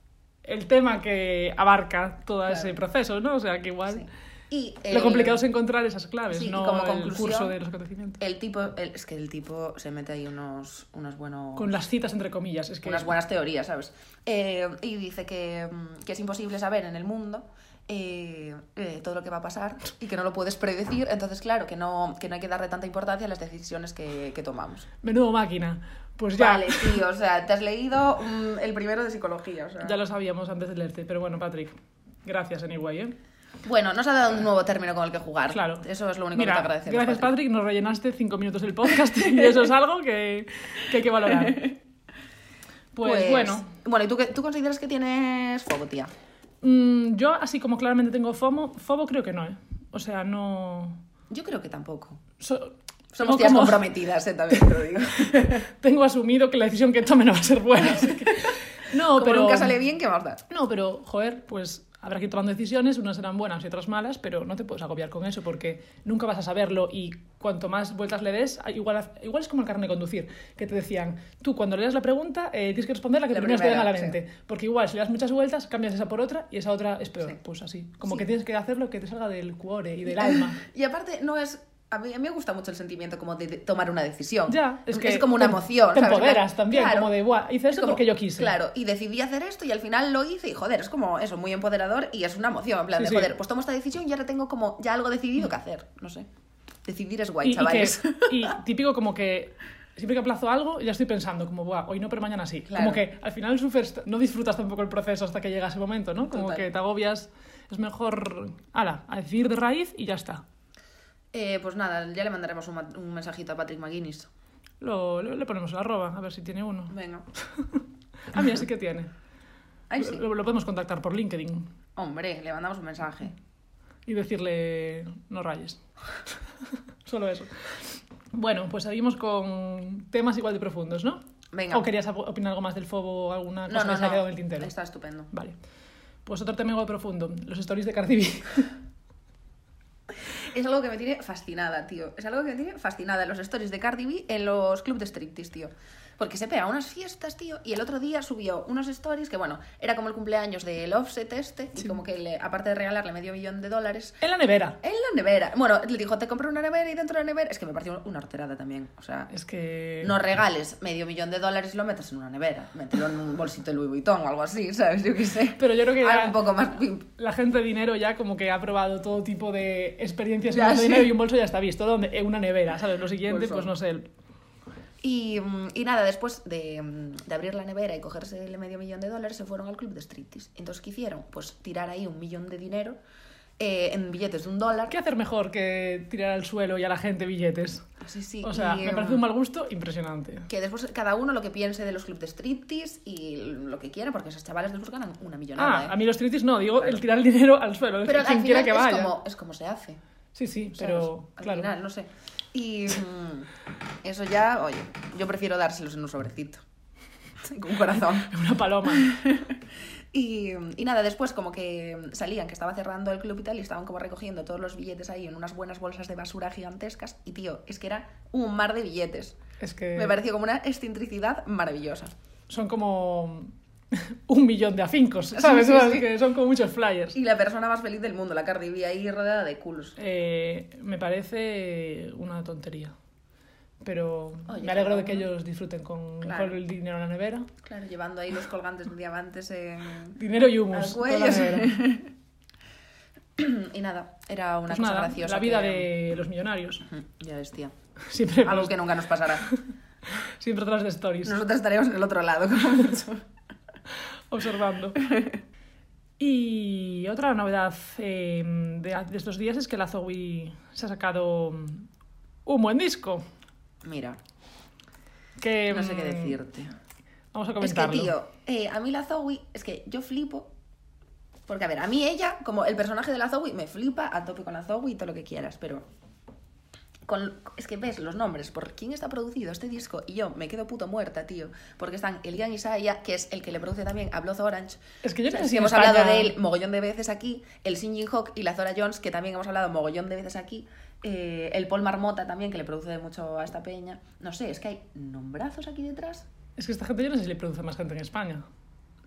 [SPEAKER 1] el tema que abarca todo
[SPEAKER 2] Claro.
[SPEAKER 1] ese proceso, ¿no? O sea, que igual
[SPEAKER 2] Sí. Y,
[SPEAKER 1] lo
[SPEAKER 2] eh,
[SPEAKER 1] complicado es encontrar esas claves,
[SPEAKER 2] sí, y
[SPEAKER 1] no
[SPEAKER 2] como
[SPEAKER 1] el
[SPEAKER 2] conclusión-
[SPEAKER 1] curso de los acontecimientos.
[SPEAKER 2] El tipo, el- es que el tipo se mete ahí unos, unos buenos...
[SPEAKER 1] Con las citas entre comillas, es que
[SPEAKER 2] unas buenas teorías, ¿sabes? Eh, y dice que, mm, que es imposible saber en el mundo eh, eh, todo lo que va a pasar y que no lo puedes predecir, entonces claro, que no, que no hay que darle tanta importancia a las decisiones que, que tomamos.
[SPEAKER 1] menudo máquina. Pues ya,
[SPEAKER 2] Vale, sí, o sea, te has leído mm, el primero de psicología, o sea.
[SPEAKER 1] ya lo sabíamos antes de leerte, pero bueno, Patrick, gracias anyway, ¿eh?
[SPEAKER 2] Bueno, nos ha dado un nuevo término con el que jugar.
[SPEAKER 1] Claro.
[SPEAKER 2] Eso es lo único
[SPEAKER 1] Mira,
[SPEAKER 2] que te agradecemos.
[SPEAKER 1] Gracias,
[SPEAKER 2] Patrick.
[SPEAKER 1] Patrick. Nos rellenaste cinco minutos el podcast y eso es algo que, que hay que
[SPEAKER 2] [laughs]
[SPEAKER 1] valorar. Pues,
[SPEAKER 2] Pues
[SPEAKER 1] bueno,
[SPEAKER 2] Bueno, ¿y tú, qué- tú consideras que tienes fuego, tía?
[SPEAKER 1] mm, yo así como claramente tengo FOMO, FOBO creo que no, ¿eh? O sea, no...
[SPEAKER 2] Yo creo que tampoco.
[SPEAKER 1] so- tengo
[SPEAKER 2] Somos tías
[SPEAKER 1] como-
[SPEAKER 2] comprometidas, eh, también te lo digo.
[SPEAKER 1] [laughs] Tengo asumido que la decisión que tome no va a ser buena. así
[SPEAKER 2] [laughs]
[SPEAKER 1] que- No,
[SPEAKER 2] Como
[SPEAKER 1] pero...
[SPEAKER 2] nunca sale bien, ¿qué más da?
[SPEAKER 1] No, pero, joder, pues habrá que ir tomando decisiones, unas serán buenas y otras malas, pero no te puedes agobiar con eso porque nunca vas a saberlo y cuanto más vueltas le des, ah, igual, haz- igual es como el carnet de conducir, que te decían, tú cuando leas la pregunta eh, tienes que responder la que
[SPEAKER 2] La
[SPEAKER 1] primero te venga a la
[SPEAKER 2] primera,
[SPEAKER 1] mente, porque igual si le das muchas vueltas cambias esa por otra y esa otra es peor,
[SPEAKER 2] Sí.
[SPEAKER 1] pues así, como
[SPEAKER 2] Sí.
[SPEAKER 1] que tienes que hacer lo que te salga del cuore y del
[SPEAKER 2] [laughs]
[SPEAKER 1] alma.
[SPEAKER 2] Y aparte, no es. A mí, a mí me gusta mucho el sentimiento como de, de tomar una decisión.
[SPEAKER 1] Ya, es que
[SPEAKER 2] como una
[SPEAKER 1] te-
[SPEAKER 2] emoción.
[SPEAKER 1] te
[SPEAKER 2] ¿sabes?
[SPEAKER 1] empoderas
[SPEAKER 2] Claro,
[SPEAKER 1] también,
[SPEAKER 2] claro.
[SPEAKER 1] como de, "Buah, hice
[SPEAKER 2] Es
[SPEAKER 1] esto porque yo quise".
[SPEAKER 2] Claro, y decidí hacer esto y al final lo hice y joder, es como eso, muy empoderador y es una emoción. En plan,
[SPEAKER 1] Sí,
[SPEAKER 2] de,
[SPEAKER 1] sí.
[SPEAKER 2] joder, pues tomo esta decisión y ahora tengo como ya algo decidido que hacer. No sé. Decidir es guay,
[SPEAKER 1] Y, y que-
[SPEAKER 2] chavales.
[SPEAKER 1] [laughs] y típico como que siempre que aplazo algo ya estoy pensando como, Buah, hoy no, pero mañana sí.
[SPEAKER 2] Claro.
[SPEAKER 1] Como que al final sufres- no disfrutas tampoco el proceso hasta que llega ese momento, ¿no? Como
[SPEAKER 2] Total.
[SPEAKER 1] que te agobias, es mejor, ala, a decir de raíz y ya está.
[SPEAKER 2] [laughs] Eh, pues nada, ya le mandaremos un, ma- un mensajito a Patrick McGuinness.
[SPEAKER 1] Lo, lo- le ponemos el arroba, a ver si tiene uno.
[SPEAKER 2] Venga.
[SPEAKER 1] Ah, mira, sí que tiene.
[SPEAKER 2] [laughs]
[SPEAKER 1] [laughs]
[SPEAKER 2] Ay, sí.
[SPEAKER 1] Lo, lo podemos contactar por LinkedIn
[SPEAKER 2] Hombre, le mandamos un mensaje.
[SPEAKER 1] y decirle, no rayes. [laughs] Solo eso. Bueno, pues seguimos con temas igual de profundos, ¿no?
[SPEAKER 2] Venga.
[SPEAKER 1] ¿O querías ap- opinar algo más del fobo o alguna cosa
[SPEAKER 2] No,
[SPEAKER 1] que
[SPEAKER 2] no,
[SPEAKER 1] se ha quedado en el
[SPEAKER 2] no.
[SPEAKER 1] tintero?
[SPEAKER 2] Está estupendo.
[SPEAKER 1] Vale. Pues otro tema igual profundo, los stories de Cardi B. [laughs]
[SPEAKER 2] Es algo que me tiene fascinada, tío. Es algo que me tiene fascinada. Los stories de Cardi B en los clubes de striptease, tío. Porque se pega unas fiestas, tío. Y el otro día subió unos stories que, bueno, era como el cumpleaños del offset este. Y como que, le- aparte de regalarle medio millón de dólares,
[SPEAKER 1] En la nevera.
[SPEAKER 2] en la nevera. Bueno, le dijo, te compré una nevera y dentro de la nevera. Es que me pareció una horterada también. O sea,
[SPEAKER 1] Es que.
[SPEAKER 2] no regales medio millón de dólares y lo metas en una nevera. Mételo en un bolsito de Louis Vuitton o algo así, ¿sabes? Yo qué sé.
[SPEAKER 1] Pero yo creo que ya-
[SPEAKER 2] Algo un poco más pimp.
[SPEAKER 1] La gente de dinero ya como que ha probado todo tipo de experiencias
[SPEAKER 2] Ya,
[SPEAKER 1] con
[SPEAKER 2] sí.
[SPEAKER 1] dinero y un bolso ya está visto. ¿Dónde? En una nevera, ¿sabes? Lo siguiente,
[SPEAKER 2] Por
[SPEAKER 1] pues
[SPEAKER 2] favor.
[SPEAKER 1] no sé. el-
[SPEAKER 2] Y, mm, y nada, después de, mm, de abrir la nevera y cogerse el medio millón de dólares, se fueron al club de striptease. Entonces, ¿qué hicieron? Pues tirar ahí un millón de dinero eh, en billetes de un dólar.
[SPEAKER 1] ¿Qué hacer mejor que tirar al suelo y a la gente billetes?
[SPEAKER 2] Sí, sí.
[SPEAKER 1] O sea,
[SPEAKER 2] y,
[SPEAKER 1] me
[SPEAKER 2] mm,
[SPEAKER 1] parece un mal gusto impresionante.
[SPEAKER 2] Que después cada uno lo que piense de los clubes de striptease y lo que quiera, porque esos chavales después ganan una millonada.
[SPEAKER 1] Ah,
[SPEAKER 2] ¿eh?
[SPEAKER 1] a mí los tritis no, digo el tirar el dinero al suelo, el
[SPEAKER 2] Pero al
[SPEAKER 1] quien quiera
[SPEAKER 2] final
[SPEAKER 1] que
[SPEAKER 2] es
[SPEAKER 1] vaya.
[SPEAKER 2] como, es como se hace.
[SPEAKER 1] Sí, sí,
[SPEAKER 2] ¿sabes?
[SPEAKER 1] pero
[SPEAKER 2] al
[SPEAKER 1] claro. [laughs]
[SPEAKER 2] final, no sé. Y mm, eso ya, oye, yo prefiero dárselos en un sobrecito. [laughs] Con un corazón.
[SPEAKER 1] Una paloma.
[SPEAKER 2] Y, y nada, después como que salían, que estaba cerrando el club y tal, y estaban como recogiendo todos los billetes ahí en unas buenas bolsas de basura gigantescas. Y tío, es que era un mar de billetes.
[SPEAKER 1] Es que
[SPEAKER 2] Me pareció como una excentricidad maravillosa.
[SPEAKER 1] son como [laughs] un millón de afincos, ¿sabes?
[SPEAKER 2] Sí, sí,
[SPEAKER 1] Es
[SPEAKER 2] sí.
[SPEAKER 1] que son como muchos flyers.
[SPEAKER 2] Y la persona más feliz del mundo, la Cardi B, ahí rodeada de culos.
[SPEAKER 1] Eh, me parece una tontería. Pero
[SPEAKER 2] Oye,
[SPEAKER 1] me alegro
[SPEAKER 2] cada
[SPEAKER 1] de que
[SPEAKER 2] uno.
[SPEAKER 1] ellos disfruten con,
[SPEAKER 2] Claro.
[SPEAKER 1] con el dinero en la nevera.
[SPEAKER 2] Claro, llevando ahí los colgantes de diamantes en...
[SPEAKER 1] Dinero y
[SPEAKER 2] al
[SPEAKER 1] humus. toda la
[SPEAKER 2] cuello. [laughs]
[SPEAKER 1] nevera.
[SPEAKER 2] [clears throat] y nada, era una
[SPEAKER 1] Pues
[SPEAKER 2] cosa
[SPEAKER 1] nada,
[SPEAKER 2] graciosa.
[SPEAKER 1] la vida
[SPEAKER 2] que-
[SPEAKER 1] de los millonarios. [laughs]
[SPEAKER 2] Ya ves, tía.
[SPEAKER 1] Siempre,
[SPEAKER 2] Algo
[SPEAKER 1] pues,
[SPEAKER 2] que nunca
[SPEAKER 1] [laughs]
[SPEAKER 2] nos pasará.
[SPEAKER 1] siempre tras de stories.
[SPEAKER 2] Nosotras estaremos en el otro lado, como
[SPEAKER 1] [laughs]
[SPEAKER 2] mucho.
[SPEAKER 1] observando.
[SPEAKER 2] [laughs]
[SPEAKER 1] Y otra novedad eh, de, de estos días es que la Zoe se ha sacado mm, un buen disco.
[SPEAKER 2] Mira,
[SPEAKER 1] Que,
[SPEAKER 2] no sé qué
[SPEAKER 1] mm,
[SPEAKER 2] decirte.
[SPEAKER 1] Vamos a
[SPEAKER 2] Es que,
[SPEAKER 1] comentarlo.
[SPEAKER 2] tío, eh, a mí la Zoe, es que yo flipo. Porque, a ver, a mí ella, como el personaje de la Zoe, me flipa a tope con la Zoe y todo lo que quieras, pero. Con, es que ves los nombres, por quién está producido este disco, y yo me quedo puto muerta, tío. Porque están Elian Isaiah, que es el que le produce también a Blood Orange.
[SPEAKER 1] Es que yo
[SPEAKER 2] O sea,
[SPEAKER 1] no sé
[SPEAKER 2] es
[SPEAKER 1] si en
[SPEAKER 2] hemos
[SPEAKER 1] España-
[SPEAKER 2] hablado de él mogollón de veces aquí, el Sinjin Hawk y la Zora Jones, que también hemos hablado mogollón de veces aquí, eh, el Paul Marmota también, que le produce mucho a esta peña. No sé, es que hay nombrazos aquí detrás
[SPEAKER 1] Es que esta gente yo no sé si le produce más gente en España.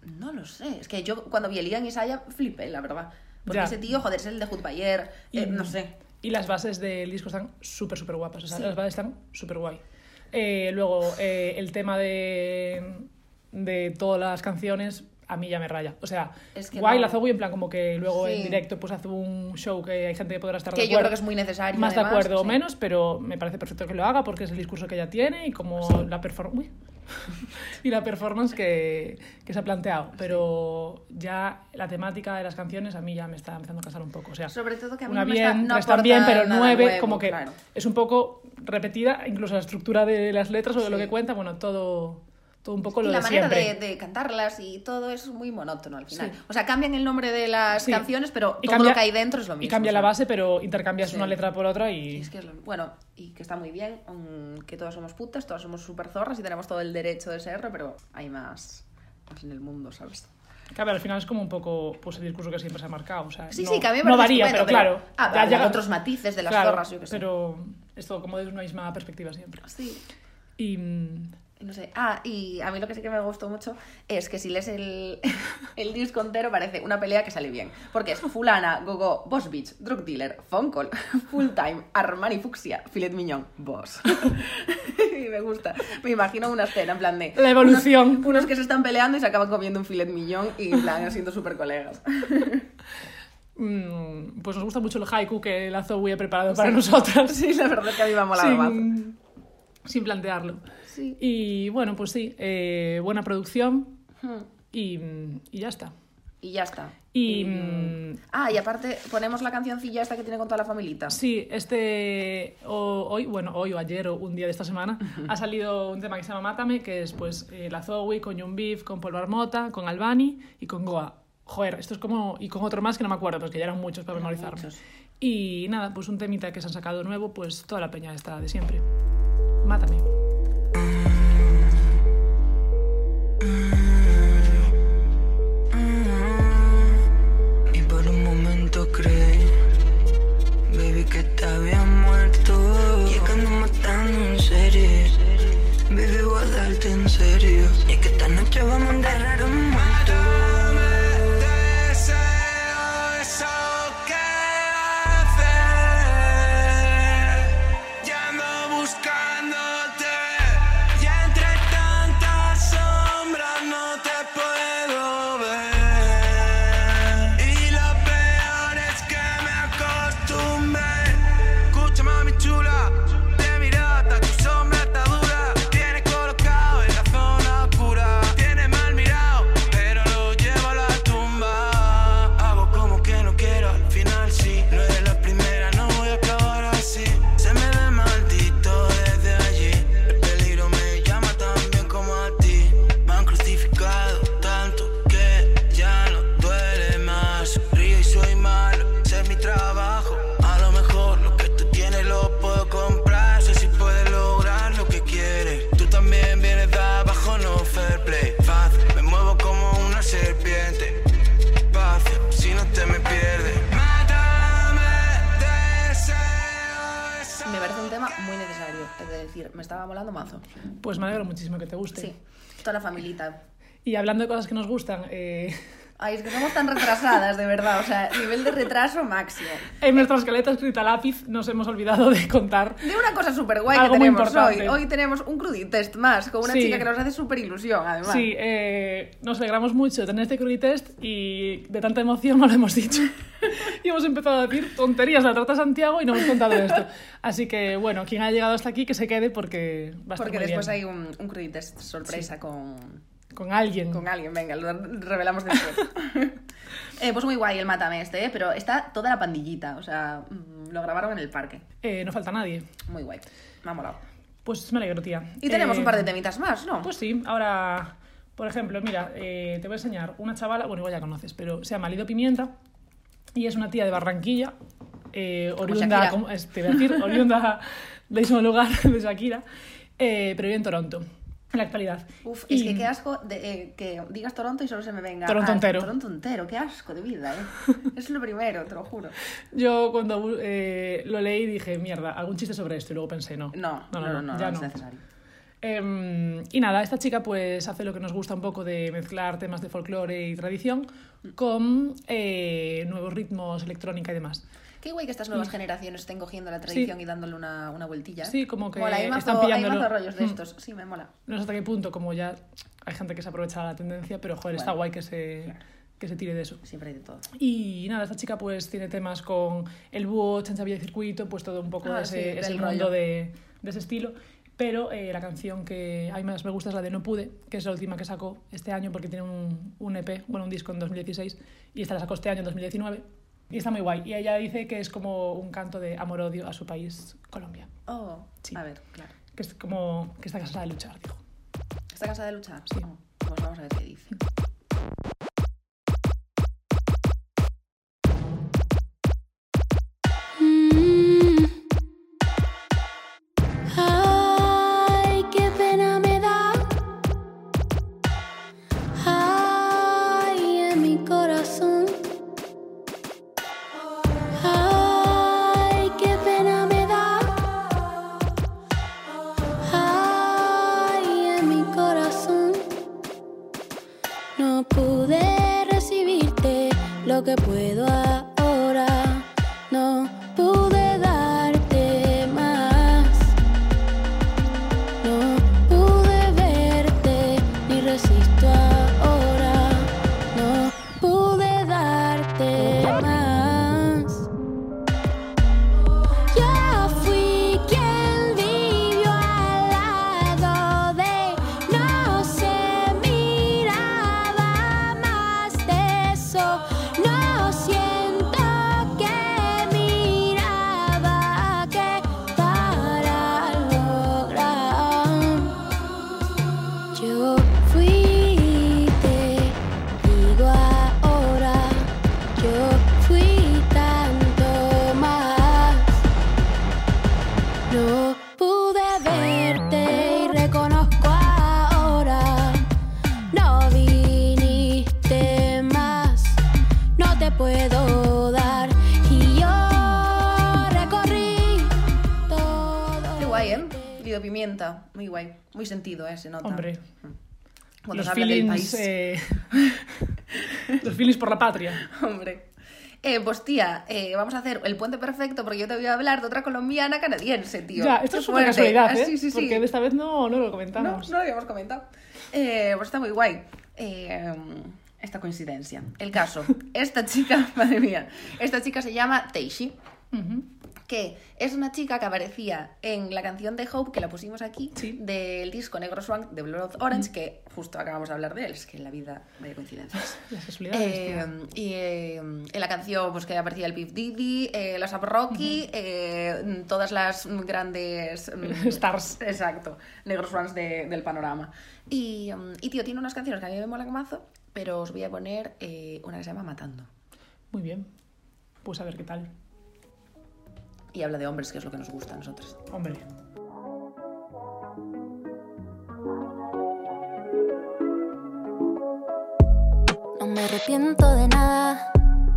[SPEAKER 2] no lo sé, es que yo cuando vi el Ian Isaiah flipé, la verdad. Porque
[SPEAKER 1] Ya.
[SPEAKER 2] ese tío, joder, es el de Hut Bayer,
[SPEAKER 1] Y-
[SPEAKER 2] eh, no sé.
[SPEAKER 1] Y las bases del disco están súper, súper guapas. O sea,
[SPEAKER 2] Sí.
[SPEAKER 1] las bases están súper guay. Eh, luego, eh, el tema de, de todas las canciones a mí ya me raya. O sea,
[SPEAKER 2] Es que
[SPEAKER 1] guay
[SPEAKER 2] no.
[SPEAKER 1] la Zoe, en plan como que luego en
[SPEAKER 2] Sí.
[SPEAKER 1] directo pues hace un show que hay gente que podrá estar de
[SPEAKER 2] Que yo
[SPEAKER 1] acuerdo.
[SPEAKER 2] creo que es muy necesario.
[SPEAKER 1] más de
[SPEAKER 2] además,
[SPEAKER 1] acuerdo o
[SPEAKER 2] sí.
[SPEAKER 1] menos, pero me parece perfecto que lo haga porque es el discurso que ella tiene y como la performance [laughs] y la performance que, que se ha planteado. Pero ya la temática de las canciones a mí ya me está empezando a cansar un poco. O sea,
[SPEAKER 2] Sobre todo que a mí
[SPEAKER 1] una
[SPEAKER 2] no me
[SPEAKER 1] bien,
[SPEAKER 2] está- no
[SPEAKER 1] tres también,
[SPEAKER 2] aporta
[SPEAKER 1] pero
[SPEAKER 2] nada
[SPEAKER 1] nueve,
[SPEAKER 2] nuevo,
[SPEAKER 1] como que
[SPEAKER 2] claro.
[SPEAKER 1] es un poco repetida, incluso la estructura de las letras o de lo
[SPEAKER 2] Sí.
[SPEAKER 1] que cuenta, bueno, todo, todo un poco
[SPEAKER 2] Y
[SPEAKER 1] lo
[SPEAKER 2] la
[SPEAKER 1] de
[SPEAKER 2] manera
[SPEAKER 1] siempre.
[SPEAKER 2] de, de cantarlas y todo eso es muy monótono al final.
[SPEAKER 1] Sí.
[SPEAKER 2] O sea, cambian el nombre de las
[SPEAKER 1] Sí.
[SPEAKER 2] canciones, pero
[SPEAKER 1] Y
[SPEAKER 2] todo
[SPEAKER 1] cambia-
[SPEAKER 2] lo que hay dentro es lo
[SPEAKER 1] Y
[SPEAKER 2] mismo.
[SPEAKER 1] cambia la
[SPEAKER 2] ¿sabes?
[SPEAKER 1] base, pero intercambias
[SPEAKER 2] Sí.
[SPEAKER 1] una letra por otra
[SPEAKER 2] Y
[SPEAKER 1] y...
[SPEAKER 2] es que es lo- bueno, y que está muy bien, mm, que todas somos putas, todas somos super zorras y tenemos todo el derecho de serlo, pero hay más, más en el mundo, ¿sabes?
[SPEAKER 1] Claro, al final es como un poco pues, el discurso que siempre se ha marcado. O sea,
[SPEAKER 2] Sí,
[SPEAKER 1] no,
[SPEAKER 2] sí, que a mí me
[SPEAKER 1] no
[SPEAKER 2] parece
[SPEAKER 1] varía, pero,
[SPEAKER 2] estupendo,
[SPEAKER 1] claro.
[SPEAKER 2] Ah,
[SPEAKER 1] ya
[SPEAKER 2] ya
[SPEAKER 1] llega-
[SPEAKER 2] otros matices de las
[SPEAKER 1] claro,
[SPEAKER 2] zorras, yo que sé.
[SPEAKER 1] Pero es todo como desde una misma perspectiva siempre.
[SPEAKER 2] Sí,
[SPEAKER 1] Y mm,
[SPEAKER 2] no sé. Ah, y a mí lo que sí que me gustó mucho es que si lees el, [laughs] el disco entero parece una pelea que sale bien. Porque es fulana, gogo, boss bitch, drug dealer, phone call, [laughs] full time, Armani fucsia, filet mignon, boss. [laughs] y me gusta. Me imagino una escena en plan de...
[SPEAKER 1] la evolución.
[SPEAKER 2] Unos que se están peleando y se acaban comiendo un filet mignon y en plan siendo súper colegas.
[SPEAKER 1] mm, pues nos gusta mucho el haiku que la Zoe ha preparado para
[SPEAKER 2] Sí.
[SPEAKER 1] nosotras.
[SPEAKER 2] [laughs] Sí, la verdad es que a mí me ha molado mazo.
[SPEAKER 1] sin, sin plantearlo.
[SPEAKER 2] Sí.
[SPEAKER 1] Y bueno, pues sí, eh, buena producción
[SPEAKER 2] Hmm.
[SPEAKER 1] y, mm, y ya está.
[SPEAKER 2] Y ya está.
[SPEAKER 1] Y mm,
[SPEAKER 2] Ah, y aparte ponemos la cancioncilla esta que tiene con toda la familita.
[SPEAKER 1] Sí, este o- hoy, bueno, hoy o ayer o un día de esta semana ha salido un tema que se llama Mátame, que es pues eh, la Zoe con Young Beef, con Paul Marmota, con Albani y con Goa. Joder, esto es como y con otro más que no me acuerdo, porque ya eran muchos para
[SPEAKER 2] Eran
[SPEAKER 1] memorizarme.
[SPEAKER 2] muchos.
[SPEAKER 1] Y nada, pues un temita que se han sacado nuevo, pues toda la peña está de siempre. Mátame.
[SPEAKER 4] Y por un momento creí, baby, que te había muerto. Llegando matando en serie, baby, voy a darte en
[SPEAKER 2] estaba molando mazo.
[SPEAKER 1] Pues me alegro muchísimo que te guste.
[SPEAKER 2] Sí, toda la familita.
[SPEAKER 1] Y hablando de cosas que nos gustan, eh, [laughs]
[SPEAKER 2] Ay, es que somos tan retrasadas, de verdad. O sea, nivel de retraso máximo.
[SPEAKER 1] en nuestra escaleta escrita a lápiz nos hemos olvidado de contar
[SPEAKER 2] De una cosa súper guay que
[SPEAKER 1] Algo muy
[SPEAKER 2] tenemos hoy.
[SPEAKER 1] importante.
[SPEAKER 2] Hoy tenemos un cruditest más con una
[SPEAKER 1] Sí.
[SPEAKER 2] chica que nos hace súper ilusión, además.
[SPEAKER 1] Sí, eh, nos alegramos mucho de tener este curry test y de tanta emoción no lo hemos dicho. [laughs] y hemos empezado a decir tonterías de la trata Santiago y no hemos contado esto. Así que, bueno, quien haya llegado hasta aquí que se quede porque va a estar
[SPEAKER 2] Porque
[SPEAKER 1] muy
[SPEAKER 2] después
[SPEAKER 1] bien.
[SPEAKER 2] hay un, un cruditest sorpresa con,
[SPEAKER 1] Con alguien.
[SPEAKER 2] con alguien. Venga, lo revelamos
[SPEAKER 1] [laughs]
[SPEAKER 2] después. Eh, pues muy guay el mátame este, ¿eh? pero está toda la pandillita. O sea, mm, lo grabaron en el parque.
[SPEAKER 1] Eh, no falta nadie.
[SPEAKER 2] Muy guay. Me ha molado.
[SPEAKER 1] Pues me alegro, tía.
[SPEAKER 2] Y tenemos
[SPEAKER 1] Eh,
[SPEAKER 2] un par de temitas más, ¿no?
[SPEAKER 1] Pues sí, ahora, por ejemplo, mira, eh, te voy a enseñar una chavala, bueno, igual ya conoces, pero se llama Lido Pimienta y es una tía de Barranquilla, eh,
[SPEAKER 2] Shakira.
[SPEAKER 1] oriunda, como- es- te voy a
[SPEAKER 2] [laughs]
[SPEAKER 1] decir, oriunda del mismo lugar [laughs] de Shakira, eh, pero vive en Toronto, en la actualidad.
[SPEAKER 2] Uf,
[SPEAKER 1] Y
[SPEAKER 2] es que qué asco de, eh, que digas Toronto y solo se me venga.
[SPEAKER 1] Toronto
[SPEAKER 2] ah,
[SPEAKER 1] entero.
[SPEAKER 2] Toronto entero, qué asco de vida,
[SPEAKER 1] [laughs]
[SPEAKER 2] ¿eh? es lo primero, te lo juro.
[SPEAKER 1] Yo cuando eh, lo leí dije, mierda, algún chiste sobre esto, y luego pensé, no.
[SPEAKER 2] No, no, no, no,
[SPEAKER 1] ya
[SPEAKER 2] no es necesario.
[SPEAKER 1] Em, y nada, esta chica pues hace lo que nos gusta un poco de mezclar temas de folclore y tradición con eh, nuevos ritmos, electrónica y demás.
[SPEAKER 2] Qué guay que estas nuevas generaciones estén cogiendo la tradición
[SPEAKER 1] Sí.
[SPEAKER 2] y dándole una, una vueltilla. ¿eh?
[SPEAKER 1] Sí, como que
[SPEAKER 2] Mola, hay mazo,
[SPEAKER 1] están
[SPEAKER 2] hay
[SPEAKER 1] pillándolo.
[SPEAKER 2] mazo rollos de
[SPEAKER 1] Mm.
[SPEAKER 2] estos. Sí, me mola.
[SPEAKER 1] No sé hasta qué punto, como ya hay gente que se aprovecha de la tendencia, pero joder, está
[SPEAKER 2] Bueno,
[SPEAKER 1] guay que se, que se tire de eso.
[SPEAKER 2] Siempre hay de todo.
[SPEAKER 1] Y nada, esta chica pues tiene temas con el búho, chancha vía de circuito, pues todo un poco
[SPEAKER 2] Ah,
[SPEAKER 1] de ese,
[SPEAKER 2] sí,
[SPEAKER 1] ese
[SPEAKER 2] del rollo.
[SPEAKER 1] mundo de, de ese estilo. Pero eh, la canción que a mí más me gusta es la de No Pude, que es la última que sacó este año porque tiene un, un EP, bueno, un disco en 2016 y esta la sacó este año en 2019 y está muy guay. Y ella dice que es como un canto de amor-odio a su país, Colombia,
[SPEAKER 2] Oh,
[SPEAKER 1] Sí.
[SPEAKER 2] a ver, claro.
[SPEAKER 1] que es como que está cansada de luchar, dijo.
[SPEAKER 2] ¿Está cansada de luchar?
[SPEAKER 1] Sí.
[SPEAKER 2] Oh, pues vamos a ver qué dice.
[SPEAKER 4] Mm-hmm. Ay, qué pena me da. Ay, en mi corazón. Ay, qué pena me da. Ay, en mi corazón. No pude recibirte lo que puedo ahora. No pude darte más. No pude verte ni resisto ahora. No pude darte más. Yo fui quien vivió al lado de no se miraba más de eso. No siento que miraba que para lograr. Yo fui, te digo ahora. Yo fui tanto más. No pude verte y reconozco ahora. No viniste más, no te puedo dar. Y yo recorrí todo.
[SPEAKER 2] Qué guay, ¿eh? Lido Pimienta, muy guay. Muy sentido, ¿eh? Se nota.
[SPEAKER 1] Hombre,
[SPEAKER 2] Cuando
[SPEAKER 1] los
[SPEAKER 2] se habla del
[SPEAKER 1] feelings,
[SPEAKER 2] país.
[SPEAKER 1] eh, [laughs] los feelings por la patria.
[SPEAKER 2] [laughs] Hombre. Eh, pues tía, eh, vamos a hacer el puente perfecto porque yo te voy a hablar de otra colombiana canadiense, tío.
[SPEAKER 1] Ya, esto
[SPEAKER 2] Qué
[SPEAKER 1] es una
[SPEAKER 2] fuerte.
[SPEAKER 1] casualidad,
[SPEAKER 2] Ah,
[SPEAKER 1] ¿eh?
[SPEAKER 2] Sí, sí, sí.
[SPEAKER 1] Porque de esta vez no, no lo
[SPEAKER 2] No, no
[SPEAKER 1] comentamos.
[SPEAKER 2] lo habíamos comentado. Eh, pues está muy guay. Eh, esta coincidencia. El caso.
[SPEAKER 1] [laughs]
[SPEAKER 2] Esta chica, [laughs] madre mía. Esta chica se llama Teishi,
[SPEAKER 1] Ujú.
[SPEAKER 2] que es una chica que aparecía en la canción de Hope, que la pusimos aquí,
[SPEAKER 1] Sí.
[SPEAKER 2] del disco Negro Swank de Blood Orange, que justo acabamos de hablar de él. Es que en la vida hay coincidencias.
[SPEAKER 1] Las casualidades,
[SPEAKER 2] Eh,
[SPEAKER 1] tío.
[SPEAKER 2] y eh, en la canción pues, que aparecía el Beef Diddy, eh, las Up Rocky, eh, todas las mm, grandes
[SPEAKER 1] [laughs] [laughs]
[SPEAKER 2] mm,
[SPEAKER 1] Stars.
[SPEAKER 2] Exacto, negros fans de- del panorama. Y, mm, y, tío, tiene unas canciones que a mí me molan mazo, pero os voy a poner eh, una que se llama Matando.
[SPEAKER 1] Muy bien. Pues a ver qué tal.
[SPEAKER 2] Y habla de hombres, que es lo que nos gusta a nosotros.
[SPEAKER 1] Hombre.
[SPEAKER 4] No me arrepiento de nada,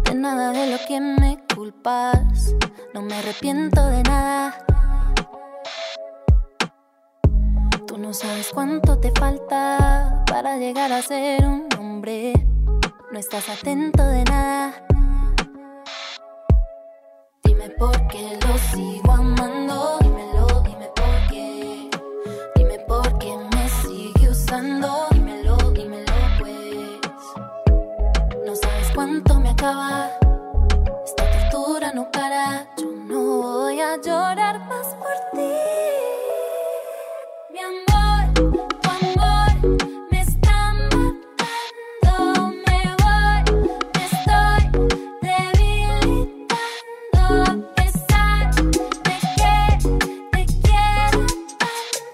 [SPEAKER 4] de nada de lo que me culpas. No me arrepiento de nada.
[SPEAKER 5] no sabes cuánto te falta para llegar a ser un hombre. No estás atento de nada. Dime por qué lo sigo amando. Dímelo, dime por qué. Dime por qué me sigue usando. Dímelo, dímelo pues. No sabes cuánto me acaba. Esta tortura no para. Yo no voy a llorar más por ti. Mi amor, tu amor me está matando. Me voy, me estoy debilitando. A pesar de que te quiero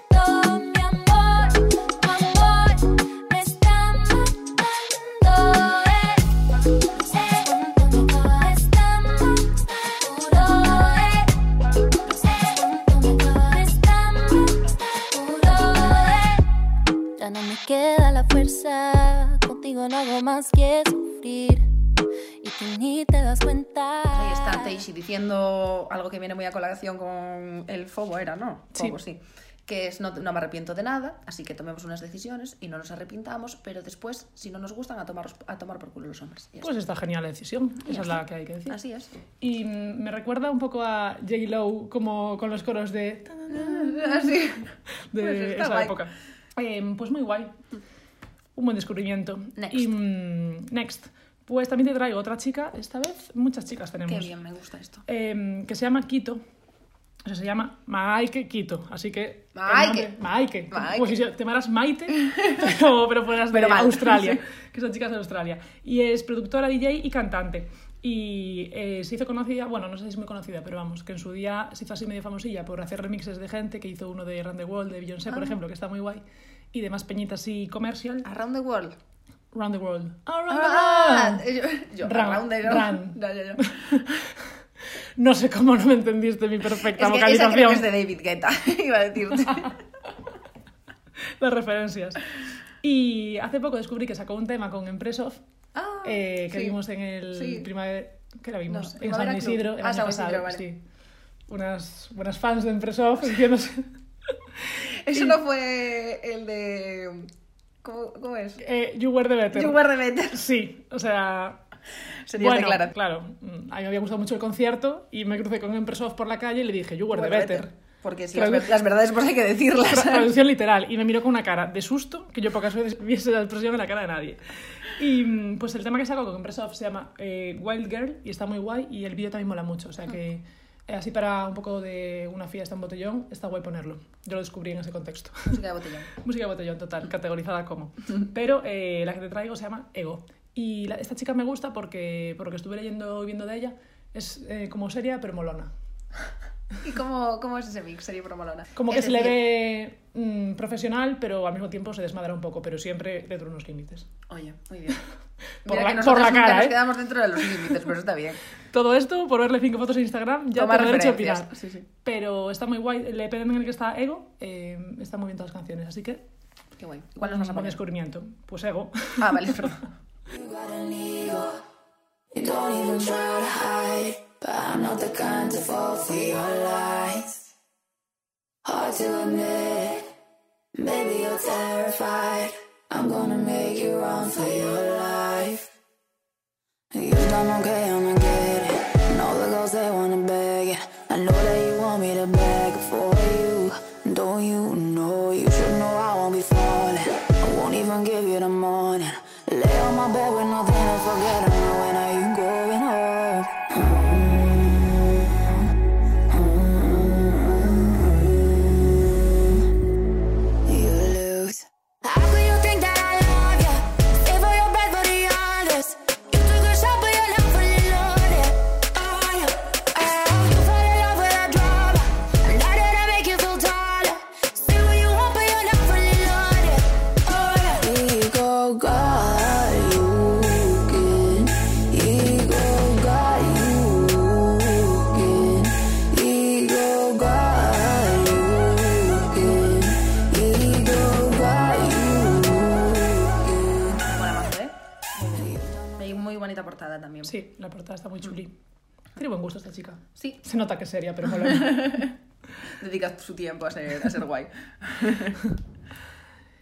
[SPEAKER 5] tanto. Mi amor, tu amor me está matando. eh. Ya no me queda la fuerza, contigo no hago más que sufrir y tú ni te das cuenta.
[SPEAKER 2] Ahí está Teishi diciendo algo que viene muy a colación con el Fobo, era, ¿no?
[SPEAKER 1] Sí.
[SPEAKER 2] Fobo, sí. Que es no, no me arrepiento de nada, así que tomemos unas decisiones y no nos arrepintamos, pero después, si no nos gustan, a tomar, a tomar por culo los hombres. Y ya
[SPEAKER 1] Pues está genial la decisión, esa es la que hay que
[SPEAKER 2] está. Ah,
[SPEAKER 1] decir. [laughs]
[SPEAKER 2] Así es.
[SPEAKER 1] Y mm, me recuerda un poco a J-Lo como con los coros de,
[SPEAKER 2] Así.
[SPEAKER 1] de
[SPEAKER 2] Pues está
[SPEAKER 1] esa
[SPEAKER 2] guay.
[SPEAKER 1] época. Eh, pues muy guay. Un buen descubrimiento.
[SPEAKER 2] Next.
[SPEAKER 1] Y mm, next. Pues también te traigo otra chica, esta vez muchas chicas tenemos.
[SPEAKER 2] Qué bien, me gusta esto.
[SPEAKER 1] eh, que se llama Quito. O sea, se llama Maike Quito. Así que. el
[SPEAKER 2] Maike.
[SPEAKER 1] nombre- Maike.
[SPEAKER 2] Maike.
[SPEAKER 1] Pues si te llamarás
[SPEAKER 2] [laughs]
[SPEAKER 1] Maite, pero, pero fueras
[SPEAKER 2] Pero
[SPEAKER 1] de
[SPEAKER 2] mal,
[SPEAKER 1] Australia.
[SPEAKER 2] sí.
[SPEAKER 1] Que son chicas de Australia. Y es productora, DJ y cantante. Y eh, se hizo conocida, bueno, no sé si es muy conocida, pero vamos, que en su día se hizo así medio famosilla por hacer remixes de gente, que hizo uno de Run the World, de Beyoncé,
[SPEAKER 2] Ah.
[SPEAKER 1] por ejemplo, que está muy guay, y demás peñitas y comercial.
[SPEAKER 2] Around the world.
[SPEAKER 1] Round the World.
[SPEAKER 2] Ah, yo, yo,
[SPEAKER 1] Run,
[SPEAKER 2] around the
[SPEAKER 1] run.
[SPEAKER 2] world. [laughs] Ya, ya, ya.
[SPEAKER 1] No sé cómo no me entendiste mi
[SPEAKER 2] Es
[SPEAKER 1] perfecta
[SPEAKER 2] que esa
[SPEAKER 1] vocalización.
[SPEAKER 2] creo que es de David Guetta, [laughs] iba
[SPEAKER 1] [laughs]
[SPEAKER 2] a decirte.
[SPEAKER 1] las referencias. Y hace poco descubrí que sacó un tema con Empresov
[SPEAKER 2] Ah,
[SPEAKER 1] eh, que
[SPEAKER 2] sí.
[SPEAKER 1] vimos en el
[SPEAKER 2] Sí.
[SPEAKER 1] primavera. ¿Qué la vimos?
[SPEAKER 2] No,
[SPEAKER 1] en
[SPEAKER 2] Primavera
[SPEAKER 1] San
[SPEAKER 2] Club.
[SPEAKER 1] Isidro. el
[SPEAKER 2] Ah,
[SPEAKER 1] año
[SPEAKER 2] San Isidro,
[SPEAKER 1] pasado,
[SPEAKER 2] vale.
[SPEAKER 1] sí. Unas buenas fans de [laughs] Empresov diciéndose.
[SPEAKER 2] Eso no fue el de. ¿Cómo, cómo es?
[SPEAKER 1] eh, you were the better.
[SPEAKER 2] You were the better.
[SPEAKER 1] Sí, o sea.
[SPEAKER 2] Sería
[SPEAKER 1] bueno,
[SPEAKER 2] declarar.
[SPEAKER 1] claro. mm, A mí me había gustado mucho el concierto y me crucé con Empresov por la calle y le dije, You were the
[SPEAKER 2] Bueno,
[SPEAKER 1] better.
[SPEAKER 2] vete, Porque si
[SPEAKER 1] Claro.
[SPEAKER 2] las, ver- las verdades pues hay que decirlas.
[SPEAKER 1] [laughs] Tra- Traducción literal. Y me miró con una cara de susto, que yo pocas veces viese la expresión en la cara de nadie. Y mm, pues el tema que saco con Empresa Off se llama eh, Wild Girl y está muy guay y el vídeo también mola mucho. O sea que eh, así para un poco de una fiesta en botellón está guay ponerlo. Yo lo descubrí en ese contexto. [laughs]
[SPEAKER 2] Música de botellón.
[SPEAKER 1] Música de botellón total, categorizada como. Pero eh, la que te traigo se llama Ego. Y la- esta chica me gusta porque, porque estuve leyendo y viendo de ella. Es eh, como seria pero molona.
[SPEAKER 2] ¿Y cómo, cómo es ese mix? Sería promolona.
[SPEAKER 1] Como que
[SPEAKER 2] Es
[SPEAKER 1] se le
[SPEAKER 2] decir,
[SPEAKER 1] ve mm, profesional, pero al mismo tiempo se desmadra un poco, pero siempre dentro de unos límites.
[SPEAKER 2] Oye,
[SPEAKER 1] [laughs]
[SPEAKER 2] muy bien.
[SPEAKER 1] Por
[SPEAKER 2] Mira
[SPEAKER 1] la- por
[SPEAKER 2] que nosotras
[SPEAKER 1] la
[SPEAKER 2] nunca
[SPEAKER 1] cara,
[SPEAKER 2] Nos
[SPEAKER 1] ¿eh?
[SPEAKER 2] quedamos dentro de los límites, pero está bien.
[SPEAKER 1] Todo esto por verle cinco fotos en Instagram, ya
[SPEAKER 2] Toma
[SPEAKER 1] te habré hecho
[SPEAKER 2] referencias.
[SPEAKER 1] opinar.
[SPEAKER 2] Sí, sí.
[SPEAKER 1] Pero está muy guay. El EP en el que está Ego, eh, están muy bien todas las canciones, así que
[SPEAKER 2] Qué guay. ¿Cuál nos vas a
[SPEAKER 1] un buen
[SPEAKER 2] poner?
[SPEAKER 1] descubrimiento. Pues Ego. [laughs]
[SPEAKER 2] Ah, vale, perdón.
[SPEAKER 4] You got an ego. You don't even try to hide. But I'm not the kind to fall for your lies. Hard to admit. Maybe you're terrified. I'm gonna make you run for your life. You don't okay, I'm gonna get it. And all the girls they wanna beg it. I know that you want me to beg for you. Don't you know you should know I won't be falling? I won't even give you the morning. Lay on my bed with nothing to forget. I know when are you going home? You lose. How could you think that I love you? Stay for your breath for the others. You took a shot, but you're not fully loaded. Are you? Are you fall in love with a drama? I know that I make you feel taller. Say what you want, but you're not fully loaded. Are you? Ego got you again. Ego got you again. Ego got you again. Ego got you again.
[SPEAKER 2] Mola mazo, ¿eh? Y muy bonita portada también.
[SPEAKER 1] Sí, la portada está muy chuli. Tiene buen gusto esta chica.
[SPEAKER 2] Sí,
[SPEAKER 1] Se
[SPEAKER 2] [laughs]
[SPEAKER 1] nota que es seria, pero molona. [laughs]
[SPEAKER 2] dedica su tiempo a ser, a ser guay.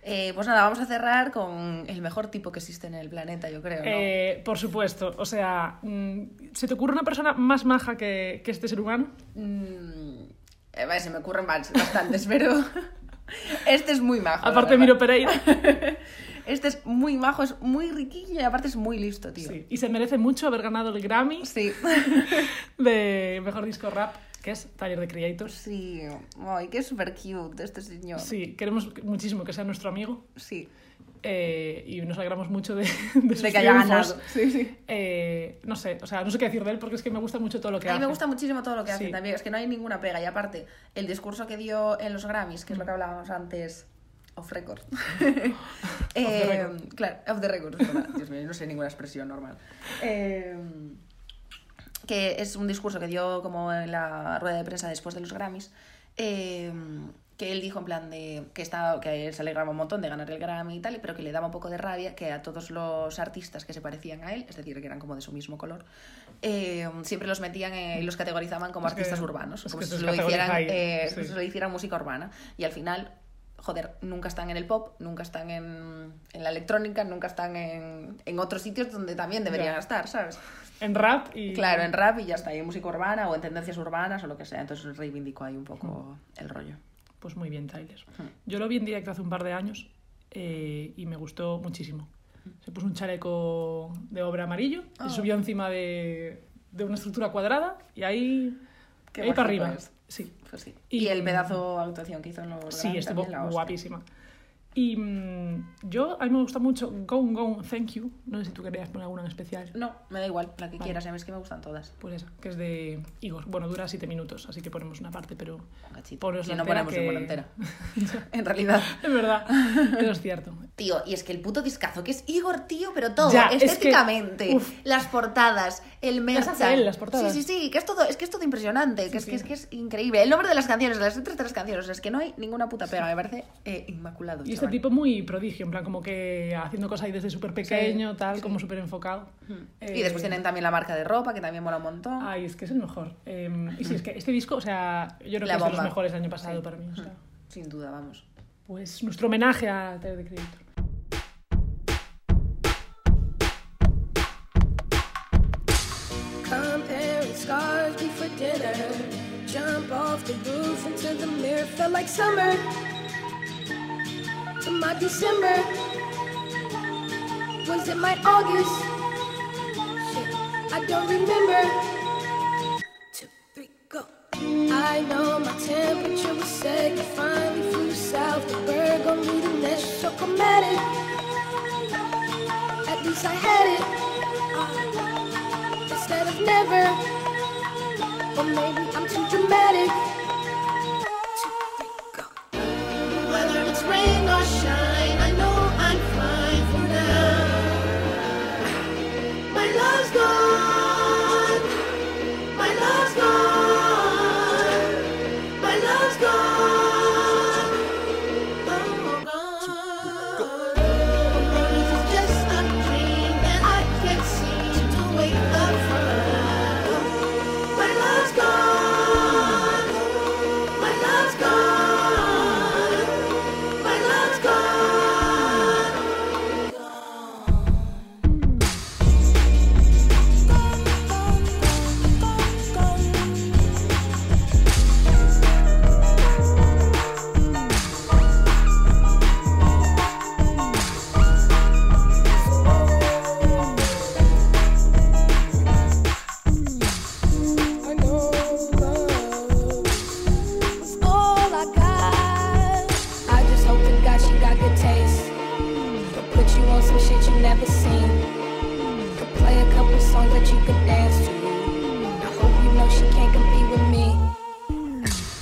[SPEAKER 2] Eh, pues nada, vamos a cerrar con el mejor tipo que existe en el planeta, yo creo, ¿no?
[SPEAKER 1] Eh, por supuesto, o sea, mm, ¿se te ocurre una persona más maja que, que este ser humano?
[SPEAKER 2] Mm, eh, vale, se me ocurren más- bastantes, [laughs] pero este es muy majo. la
[SPEAKER 1] Aparte,
[SPEAKER 2] verdad.
[SPEAKER 1] Miro Pereira.
[SPEAKER 2] Este es muy majo, es muy riquillo y aparte es muy listo, tío.
[SPEAKER 1] Sí, y se merece mucho haber ganado el Grammy
[SPEAKER 2] Sí. [laughs]
[SPEAKER 1] de mejor disco rap, que es Tyler de Creators.
[SPEAKER 2] Sí. Ay, qué super cute este señor.
[SPEAKER 1] Sí, queremos muchísimo que sea nuestro amigo
[SPEAKER 2] Sí.
[SPEAKER 1] eh, y nos alegramos mucho de, de sus
[SPEAKER 2] De que haya
[SPEAKER 1] triunfos.
[SPEAKER 2] ganado. Sí, sí.
[SPEAKER 1] Eh, no sé, o sea, no sé qué decir de él porque es que me gusta mucho todo lo que
[SPEAKER 2] A mí
[SPEAKER 1] hace.
[SPEAKER 2] me gusta muchísimo todo lo que hace
[SPEAKER 1] Sí.
[SPEAKER 2] también, es que no hay ninguna pega. Y aparte, el discurso que dio en los Grammys, que
[SPEAKER 1] Mm.
[SPEAKER 2] es lo que hablábamos antes, off
[SPEAKER 1] [laughs]
[SPEAKER 2] record. [laughs] Eh,
[SPEAKER 1] record.
[SPEAKER 2] Claro, off the record. es verdad. Dios mío, no sé ninguna expresión normal. Eh, que es un discurso que dio como en la rueda de prensa después de los Grammys. eh, que él dijo en plan de que estaba que a él se alegraba un montón de ganar el Grammy y tal, pero que le daba un poco de rabia que a todos los artistas que se parecían a él, es decir, que eran como de su mismo color, eh, siempre los metían eh, y los categorizaban como
[SPEAKER 1] Es que-
[SPEAKER 2] artistas urbanos,
[SPEAKER 1] es
[SPEAKER 2] como
[SPEAKER 1] que
[SPEAKER 2] si
[SPEAKER 1] eso
[SPEAKER 2] se
[SPEAKER 1] es
[SPEAKER 2] lo hicieran,
[SPEAKER 1] categoriza ahí,
[SPEAKER 2] eh,
[SPEAKER 1] sí.
[SPEAKER 2] si se lo hicieran música urbana. Y al final, joder, nunca están en el pop, nunca están en, en la electrónica, nunca están en, en otros sitios donde también deberían
[SPEAKER 1] Ya.
[SPEAKER 2] estar, ¿sabes?
[SPEAKER 1] En rap y...
[SPEAKER 2] Claro, en rap y ya está, y en música urbana o en tendencias urbanas o lo que sea. Entonces reivindico ahí un poco el rollo.
[SPEAKER 1] Pues muy bien, Tyler. Yo lo vi en directo hace un par de años eh, y me gustó muchísimo. Se puso un chaleco de obra amarillo,
[SPEAKER 2] Oh.
[SPEAKER 1] se subió encima de, de una estructura cuadrada y ahí,
[SPEAKER 2] Qué
[SPEAKER 1] ahí para
[SPEAKER 2] mágico
[SPEAKER 1] arriba.
[SPEAKER 2] es.
[SPEAKER 1] Sí,
[SPEAKER 2] Pues sí.
[SPEAKER 1] Y-
[SPEAKER 2] Y, el pedazo de actuación que hizo en los
[SPEAKER 1] sí
[SPEAKER 2] Grammy
[SPEAKER 1] estuvo
[SPEAKER 2] también, la hostia.
[SPEAKER 1] guapísima. Y mm, yo, a mí me gusta mucho Gone Gone Thank You. No sé si tú querías poner alguna en especial.
[SPEAKER 2] No, me da igual, la que
[SPEAKER 1] Vale.
[SPEAKER 2] quieras, ya ves que me gustan todas.
[SPEAKER 1] Pues esa, que es de Igor. Bueno, dura siete minutos, así que ponemos una parte, pero...
[SPEAKER 2] Un cachito.
[SPEAKER 1] ponos
[SPEAKER 2] si
[SPEAKER 1] la
[SPEAKER 2] no
[SPEAKER 1] entera
[SPEAKER 2] ponemos
[SPEAKER 1] que-
[SPEAKER 2] ninguna entera. [laughs] en realidad.
[SPEAKER 1] [laughs] Es verdad, pero es
[SPEAKER 2] [laughs]
[SPEAKER 1] cierto.
[SPEAKER 2] Tío, y es que el puto discazo, que es Igor, tío, pero todo,
[SPEAKER 1] Ya, es que-
[SPEAKER 2] estéticamente,
[SPEAKER 1] uf.
[SPEAKER 2] las portadas, el merch.
[SPEAKER 1] hace él, las portadas.
[SPEAKER 2] Sí, sí, sí, que es todo, es que es todo impresionante, que, es,
[SPEAKER 1] sí.
[SPEAKER 2] Que, es que es increíble. El nombre de las canciones, las letras de las canciones, o sea, es que no hay ninguna puta pega, me parece eh, inmaculado.
[SPEAKER 1] Y este
[SPEAKER 2] chaval.
[SPEAKER 1] tipo muy prodigio, en plan como que haciendo cosas ahí desde súper pequeño,
[SPEAKER 2] Sí,
[SPEAKER 1] tal,
[SPEAKER 2] sí.
[SPEAKER 1] como súper enfocado. Eh,
[SPEAKER 2] Y después tienen también la marca de ropa, que también mola un montón.
[SPEAKER 1] Ay, es que es el mejor. Eh, y sí, es que este disco, o sea, yo creo
[SPEAKER 2] Mm. La
[SPEAKER 1] que es de
[SPEAKER 2] bomba. Mm.
[SPEAKER 1] los mejores del año pasado para mí. o sea.
[SPEAKER 2] Sin duda, vamos.
[SPEAKER 1] Pues nuestro homenaje a Taylor de Creator.
[SPEAKER 6] Come airing scars before dinner. Jump off the roof into the mirror. Felt like summer to my December. Was it my August? Shit, I don't remember. Two, three, go. I know my temperature was set. You finally flew south. The bird gon' leave the nest. So come at it. At least I had it instead of never. Or maybe I'm too dramatic. Whether it's rain or shine, I know I'm fine for now. My love's gone. My love's gone. My love's gone. Oh, gone. I know love was all I got. I just hope to God she got good taste. Could put you on some shit you never seen. Could play a couple songs that you could dance to. I hope you know she can't compete with me.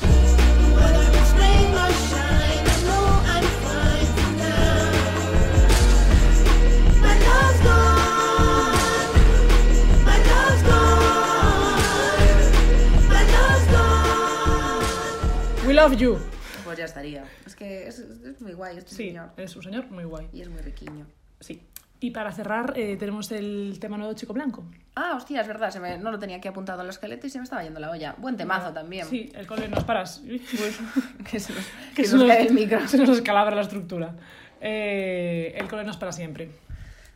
[SPEAKER 6] Whether it's rain or shine, I know I'm fine for now. My love's gone. My love's gone. My love's gone.
[SPEAKER 1] We love you.
[SPEAKER 2] Pues ya estaría. Es que es, es muy guay este
[SPEAKER 1] Sí,
[SPEAKER 2] señor.
[SPEAKER 1] es un señor muy guay.
[SPEAKER 2] Y es muy riquiño.
[SPEAKER 1] Sí. Y para cerrar, eh, tenemos el tema nuevo de Chico Blanco.
[SPEAKER 2] Ah, hostia, es verdad, se me- no lo tenía aquí apuntado en la escaleta y se me estaba yendo la olla. Buen temazo también.
[SPEAKER 1] Sí, el cole nos paras.
[SPEAKER 2] [laughs] que se nos,
[SPEAKER 1] [laughs] que
[SPEAKER 2] Pues, que
[SPEAKER 1] se
[SPEAKER 2] nos
[SPEAKER 1] nos,
[SPEAKER 2] cae
[SPEAKER 1] [laughs]
[SPEAKER 2] el micro.
[SPEAKER 1] se nos descalabra la estructura. Eh, el cole no es para siempre.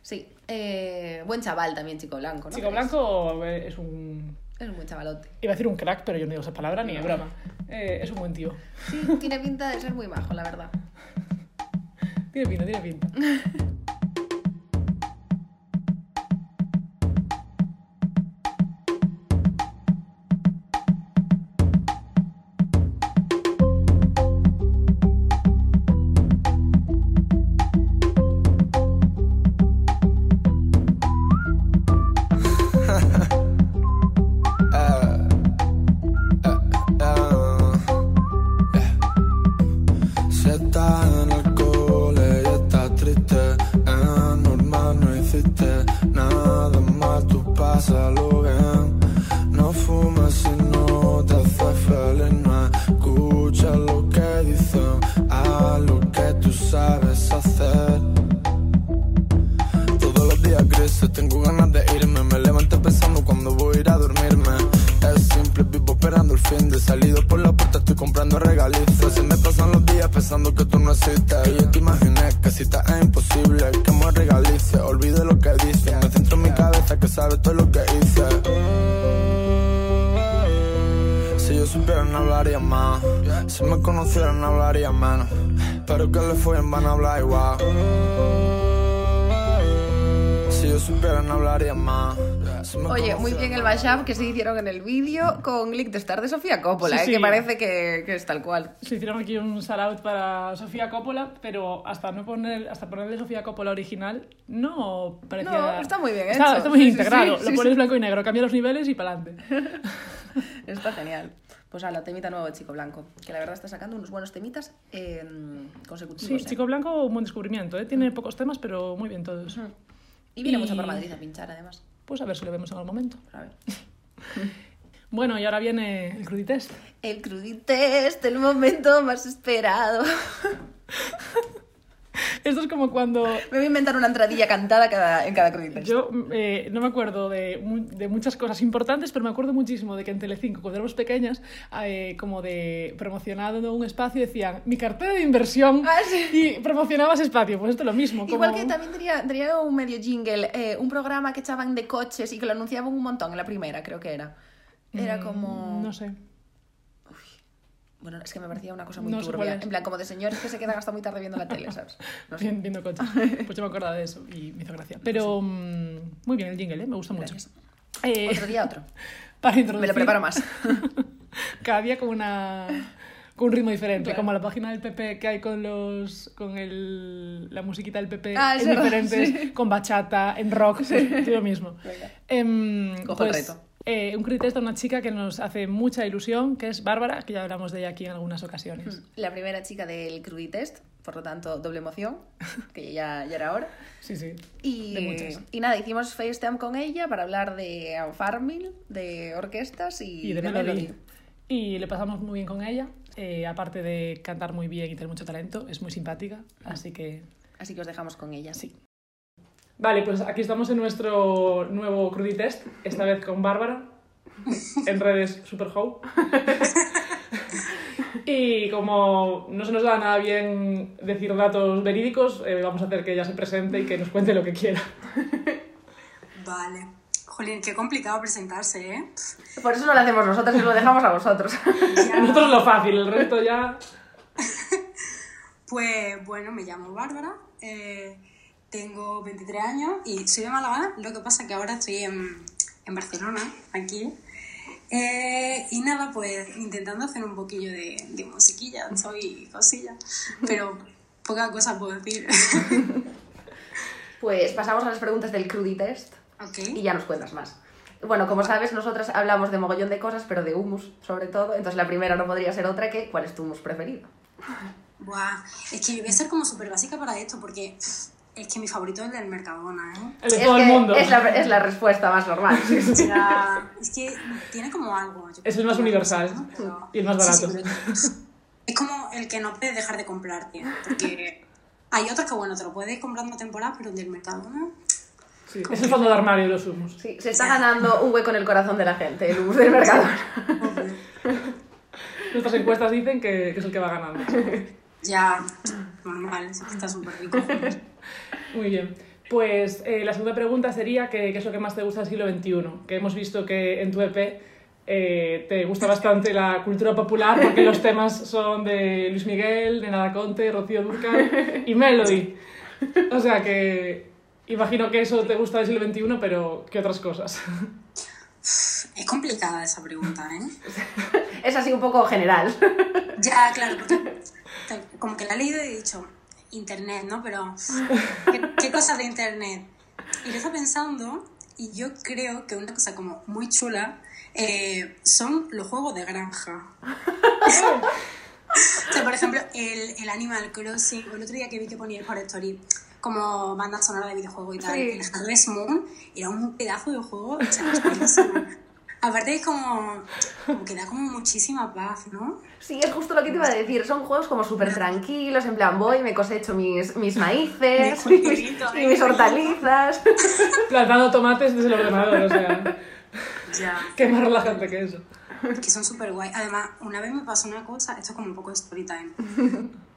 [SPEAKER 2] Sí, eh, buen chaval también, Chico Blanco, ¿no?
[SPEAKER 1] Chico Blanco eh, es un...
[SPEAKER 2] Es un buen chavalote.
[SPEAKER 1] Iba a decir un crack, pero yo no digo esa palabra ni de broma. Eh, es un buen tío.
[SPEAKER 2] Sí, tiene pinta de ser muy majo, la verdad.
[SPEAKER 1] Tiene pinta, tiene pinta.
[SPEAKER 3] Si estás en el cole y estás triste, es normal, no hiciste nada más, tú pásalo bien. No fumes si no te hace feliz, no escuchas lo que dicen, haz lo que tú sabes hacer. Todos los días grises, tengo ganas de irme. Me levanté pensando cuando voy a ir a dormirme. Es simple, vivo esperando el fin de salido por la puerta, estoy comprando regalizos. Se me pasan los días pensando que tú no existes. Y yo te imaginé que si estás es imposible que me regalices. Olvido lo que dices, me centro en mi cabeza que sabe todo lo que hice. Si yo supiera no hablaría más. Si me conocieran no hablaría menos. Pero que le follen van a hablar igual. Si yo supiera no hablaría más. Si me
[SPEAKER 2] Oye, muy
[SPEAKER 3] conocieran,
[SPEAKER 2] bien el
[SPEAKER 3] no
[SPEAKER 2] mashup que se hicieron en el vídeo con Click de Star de Sofía Coppola,
[SPEAKER 1] Sí,
[SPEAKER 2] eh,
[SPEAKER 1] sí.
[SPEAKER 2] que parece que, que es tal cual.
[SPEAKER 1] Se hicieron aquí un shout out para Sofía Coppola, pero hasta no poner hasta ponerle Sofía Coppola original no parecía.
[SPEAKER 2] No, está muy bien
[SPEAKER 1] Está,
[SPEAKER 2] hecho.
[SPEAKER 1] está muy
[SPEAKER 2] Sí, sí,
[SPEAKER 1] integrado.
[SPEAKER 2] sí,
[SPEAKER 1] Lo
[SPEAKER 2] sí,
[SPEAKER 1] pones
[SPEAKER 2] sí.
[SPEAKER 1] blanco y negro, cambia los niveles y para adelante.
[SPEAKER 2] Está genial. Pues a la temita nuevo de Chico Blanco, que la verdad está sacando unos buenos temitas eh,
[SPEAKER 1] Sí,
[SPEAKER 2] consecutivos. eh.
[SPEAKER 1] Chico Blanco, un buen descubrimiento. ¿eh? Tiene pocos temas, pero muy bien todos.
[SPEAKER 2] Y viene
[SPEAKER 1] y-
[SPEAKER 2] mucho por Madrid a pinchar, además.
[SPEAKER 1] Pues a ver si lo vemos en algún momento.
[SPEAKER 2] A ver.
[SPEAKER 1] Bueno, y ahora viene el cruditest.
[SPEAKER 2] El cruditest, el momento más esperado. [laughs]
[SPEAKER 1] Esto es como cuando
[SPEAKER 2] Me voy a inventar una entradilla cantada cada, en cada cruditest.
[SPEAKER 1] yo eh, no me acuerdo de, mu- de muchas cosas importantes, pero me acuerdo muchísimo de que en Telecinco, cuando éramos pequeñas, eh, como de promocionando un espacio, decían mi cartera de inversión
[SPEAKER 2] Ah, sí.
[SPEAKER 1] y promocionabas espacio. Pues esto es lo mismo. como-
[SPEAKER 2] Igual que también tenía, tenía un medio jingle, eh, un programa que echaban de coches y que lo anunciaban un montón en la primera, creo que era. Era como...
[SPEAKER 1] Mm, No sé.
[SPEAKER 2] Bueno, es que me parecía una cosa muy
[SPEAKER 1] No sé
[SPEAKER 2] turbia.
[SPEAKER 1] cuál es.
[SPEAKER 2] En plan, como de señores que se quedan hasta muy tarde viendo la tele, ¿sabes? No sé.
[SPEAKER 1] Bien, viendo
[SPEAKER 2] [laughs]
[SPEAKER 1] coches. Pues yo me acordaba de eso y me hizo gracia. Pero mm, muy bien el jingle, ¿eh? me gusta mucho.
[SPEAKER 2] Gracias.
[SPEAKER 1] Eh,
[SPEAKER 2] Otro día
[SPEAKER 1] [laughs]
[SPEAKER 2] otro.
[SPEAKER 1] para introducir.
[SPEAKER 2] Me lo preparo más. [laughs]
[SPEAKER 1] [laughs] Cada día con una con un ritmo diferente, como la página del PP que hay con los con el, la musiquita del PP
[SPEAKER 2] Ah, es
[SPEAKER 1] en
[SPEAKER 2] verdad,
[SPEAKER 1] diferentes
[SPEAKER 2] sí.
[SPEAKER 1] con bachata, en rock, pues, lo mismo.
[SPEAKER 2] [laughs] Venga.
[SPEAKER 1] Em,
[SPEAKER 2] Cojo el reto.
[SPEAKER 1] eh, un critest de una chica que nos hace mucha ilusión, que es Bárbara, que ya hablamos de ella aquí en algunas ocasiones.
[SPEAKER 2] La primera chica del cruditest, por lo tanto, doble emoción, que ya, ya era hora.
[SPEAKER 1] Sí, sí.
[SPEAKER 2] Y,
[SPEAKER 1] De muchas.
[SPEAKER 2] y nada, hicimos FaceTime con ella para hablar de Farmil, de orquestas y,
[SPEAKER 1] y de Melody. Y le pasamos muy bien con ella. Eh, aparte de cantar muy bien y tener mucho talento, es muy simpática.
[SPEAKER 2] Hmm.
[SPEAKER 1] Así que.
[SPEAKER 2] Así que os dejamos con ella. Sí.
[SPEAKER 1] Vale, pues aquí estamos en nuestro nuevo cruditest, esta vez con Bárbara, en redes Superhow. y como no se nos da nada bien decir datos verídicos, eh, vamos a hacer que ella se presente y que nos cuente lo que quiera.
[SPEAKER 7] Vale. Jolín, qué complicado presentarse, ¿eh?
[SPEAKER 2] Por eso no lo hacemos nosotros y lo dejamos a vosotros. [laughs]
[SPEAKER 1] A
[SPEAKER 7] Ya.
[SPEAKER 1] nosotros lo fácil, el resto ya.
[SPEAKER 7] Pues bueno, me llamo Bárbara, eh, tengo 23 años y soy de Málaga, lo que pasa que ahora estoy en, en Barcelona, aquí. Eh, y nada, pues intentando hacer un poquillo de, de musiquilla, soy cosilla, pero poca cosa puedo decir.
[SPEAKER 2] Pues pasamos a las preguntas del cruditest y
[SPEAKER 7] ok,
[SPEAKER 2] ya nos cuentas más. Bueno, como sabes, nosotras hablamos de mogollón de cosas, pero de humus sobre todo. Entonces la primera no podría ser otra que ¿cuál es tu humus preferido?
[SPEAKER 7] Buah, es que yo voy a ser como súper básica para esto porque es que mi favorito es el del Mercadona, ¿eh?
[SPEAKER 1] El de
[SPEAKER 2] es
[SPEAKER 1] todo el
[SPEAKER 2] que
[SPEAKER 1] mundo.
[SPEAKER 2] Es la, es la respuesta más
[SPEAKER 1] [laughs]
[SPEAKER 2] normal. Sí, sí.
[SPEAKER 7] Ya, es que tiene como algo. yo
[SPEAKER 1] Es el
[SPEAKER 7] creo
[SPEAKER 1] más
[SPEAKER 7] que no
[SPEAKER 1] universal
[SPEAKER 7] sé, ¿no? Pero-
[SPEAKER 1] [laughs] y el más
[SPEAKER 7] Sí, sí,
[SPEAKER 1] barato.
[SPEAKER 7] pero- es como el que no puedes dejar de comprar, tío. Porque Hay otros que, bueno, te lo puedes ir comprando temporada, pero del
[SPEAKER 1] [laughs]
[SPEAKER 7] Mercadona.
[SPEAKER 1] Sí, es el fondo de armario de los humos.
[SPEAKER 2] Sí, se está ganando un hueco en el corazón de la gente, el humus del Mercadona.
[SPEAKER 1] Nuestras encuestas dicen que, que es el que va ganando.
[SPEAKER 7] Ya, normal, sí que está súper rico.
[SPEAKER 1] Muy bien. Pues eh, la segunda pregunta sería que- qué es lo que más te gusta del siglo XXI. Que hemos visto que en tu EP eh, te gusta bastante la cultura popular porque los temas son de Luis Miguel, de Nada Conte, Rocío Durcal y Melody. O sea que imagino que eso te gusta del siglo XXI, pero ¿qué otras cosas? [laughs]
[SPEAKER 7] Es complicada esa pregunta, ¿eh?
[SPEAKER 2] Es así un poco general.
[SPEAKER 7] Ya, claro, porque te- como que la he leído y he dicho, internet, ¿no? Pero, ¿qué, qué cosas de internet? Y yo estaba pensando, y yo creo que una cosa como muy chula eh, son los juegos de granja. o sea, por ejemplo, el, el Animal Crossing, o el otro día que vi que ponía por Story como banda sonora de videojuego y tal,
[SPEAKER 2] Sí.
[SPEAKER 7] el Harvest Moon era un pedazo de juego, o sea, es buenísimo. Aparte es como, como que da como muchísima paz, ¿no?
[SPEAKER 2] Sí, es justo lo que te iba a decir. Son juegos como súper tranquilos, en plan, voy, me cosecho mis, mis maíces
[SPEAKER 7] Mi
[SPEAKER 2] y
[SPEAKER 7] culturito,
[SPEAKER 2] mis,
[SPEAKER 7] ¿eh?
[SPEAKER 2] y mis hortalizas.
[SPEAKER 1] Plantando tomates desde el ordenador, o sea,
[SPEAKER 7] Ya.
[SPEAKER 2] [laughs]
[SPEAKER 1] qué más relajante que eso.
[SPEAKER 7] que son súper guay. Además, una vez me pasó una cosa, esto es como un poco story
[SPEAKER 2] [laughs]
[SPEAKER 7] time,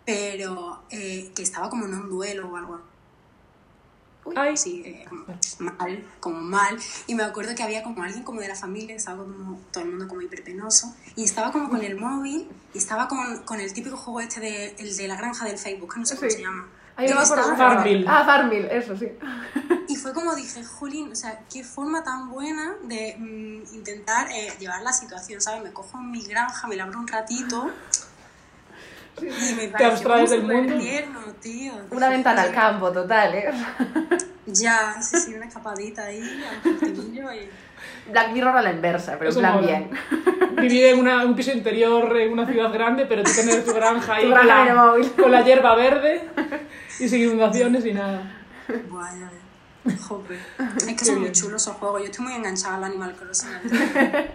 [SPEAKER 7] pero eh, que estaba como en un duelo o algo. Uy,
[SPEAKER 1] Ay.
[SPEAKER 7] sí, eh, como mal, como mal. Y me acuerdo que había como alguien como de la familia, estaba como todo el mundo como hiperpenoso, y estaba como con el móvil, y estaba con, con el típico juego este de, el de la granja del Facebook, que no sé cómo
[SPEAKER 2] Sí.
[SPEAKER 7] se llama.
[SPEAKER 2] Ahí
[SPEAKER 7] Y
[SPEAKER 2] me acuerdo.
[SPEAKER 7] estaba-
[SPEAKER 1] Farmville.
[SPEAKER 2] Ah, Farmville, eso sí.
[SPEAKER 7] y fue como dije, Jolín, o sea, qué forma tan buena de mm, intentar eh, llevar la situación, ¿sabes? Me cojo mi granja, me la abro un ratito y me pareció
[SPEAKER 1] abstraes
[SPEAKER 7] como
[SPEAKER 1] del
[SPEAKER 7] súper
[SPEAKER 1] mundo.
[SPEAKER 7] tierno, tío.
[SPEAKER 2] Una
[SPEAKER 7] Dije,
[SPEAKER 2] ventana al
[SPEAKER 7] "Oye,
[SPEAKER 2] campo, total, ¿eh?
[SPEAKER 7] Ya, sí, sí, una escapadita ahí al cultivillo y...
[SPEAKER 2] Black Mirror a la inversa, pero en
[SPEAKER 1] Eso
[SPEAKER 2] plan
[SPEAKER 1] mola.
[SPEAKER 2] bien.
[SPEAKER 1] [laughs] Vivir en una- un piso interior, en una ciudad grande, pero tú tener tu granja ahí
[SPEAKER 2] [laughs] Tu
[SPEAKER 1] con,
[SPEAKER 2] granja
[SPEAKER 1] la,
[SPEAKER 2] de móvil.
[SPEAKER 1] con la hierba verde y sin inundaciones y nada.
[SPEAKER 7] Guay, ya ves. Jope. Es que son muy
[SPEAKER 1] bien.
[SPEAKER 7] chulos esos juegos. Yo estoy muy enganchada al Animal Crossing.
[SPEAKER 1] [laughs]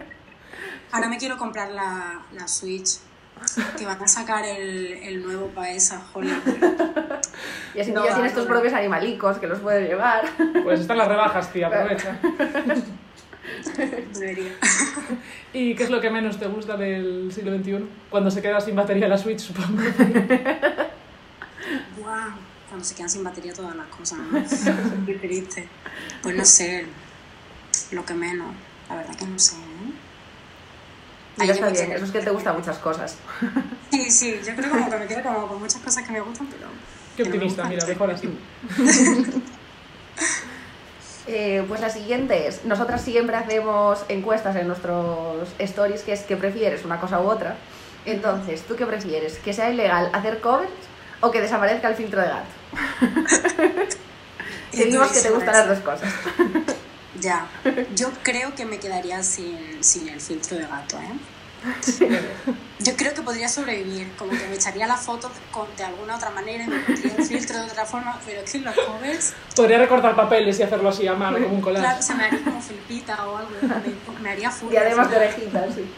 [SPEAKER 7] Ahora me quiero comprar la, la Switch. Que van a sacar el, el nuevo paesa, joder.
[SPEAKER 2] Y así
[SPEAKER 7] No,
[SPEAKER 2] que ya tienes
[SPEAKER 7] no,
[SPEAKER 2] tus
[SPEAKER 7] no.
[SPEAKER 2] propios animalicos que los puedes llevar.
[SPEAKER 1] Pues están las rebajas, tía, aprovecha.
[SPEAKER 7] Debería.
[SPEAKER 1] ¿Y qué es lo que menos te gusta del siglo XXI? Cuando se queda sin batería la Switch, supongo.
[SPEAKER 7] Guau, cuando se quedan sin batería todas las cosas, ¿no?
[SPEAKER 2] [laughs]
[SPEAKER 7] Qué triste. Pues no sé, lo que menos. La verdad que no sé, ¿eh?
[SPEAKER 2] Y
[SPEAKER 7] Ahí
[SPEAKER 2] ya
[SPEAKER 7] yo
[SPEAKER 2] está
[SPEAKER 7] me
[SPEAKER 2] bien,
[SPEAKER 7] quedo.
[SPEAKER 2] eso es que te gustan muchas cosas.
[SPEAKER 7] Sí, sí, yo creo como que me quedo como con muchas cosas que me gustan,
[SPEAKER 2] [laughs]
[SPEAKER 7] pero...
[SPEAKER 1] Qué
[SPEAKER 7] que no me
[SPEAKER 1] optimista,
[SPEAKER 7] gustan.
[SPEAKER 1] mira, mejor así.
[SPEAKER 2] Eh, pues la siguiente es, nosotras siempre hacemos encuestas en nuestros stories, que es qué prefieres, una cosa u otra. Entonces, ¿tú qué prefieres? ¿Que sea ilegal hacer covers o que desaparezca el filtro de gato?
[SPEAKER 7] Y
[SPEAKER 2] Te digo que te
[SPEAKER 7] entonces,
[SPEAKER 2] gustan las dos cosas. [laughs]
[SPEAKER 7] Ya, yo creo que me quedaría sin, sin el filtro de gato, ¿eh? Yo creo que podría sobrevivir, como que me echaría la foto con- de alguna otra manera y me pondría el filtro de otra forma, pero es que en los covers
[SPEAKER 1] Podría recortar papeles y hacerlo así a mano, como un
[SPEAKER 7] Claro,
[SPEAKER 1] collage.
[SPEAKER 7] se me haría como felpita o algo, me, me haría
[SPEAKER 2] Y
[SPEAKER 7] furia.
[SPEAKER 2] además de orejitas, sí.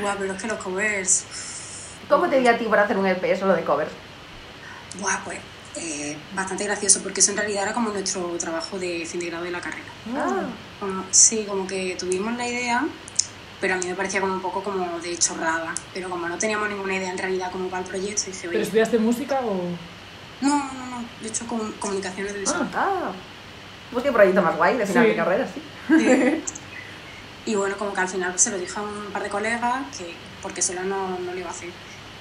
[SPEAKER 7] Guau, pero es que los covers.
[SPEAKER 2] ¿Cómo te di a ti para hacer un EP solo de covers?
[SPEAKER 7] Guau, pues eh, bastante gracioso, porque eso en realidad era como nuestro trabajo de fin de grado de la carrera. Como- sí, como que tuvimos la idea, pero a mí me parecía como un poco como de chorrada. Pero como no teníamos ninguna idea en realidad como para el proyecto, dije,
[SPEAKER 1] ¿Pero
[SPEAKER 7] oye,
[SPEAKER 1] estudiaste música o...?
[SPEAKER 7] no, no, no, de hecho con comunicaciones del
[SPEAKER 2] Ah, ah. Pues qué proyecto más guay de final
[SPEAKER 1] Sí.
[SPEAKER 2] de carrera, sí.
[SPEAKER 7] Y bueno, como que al final se lo dije a un par de colegas que porque sola no, no lo iba a hacer.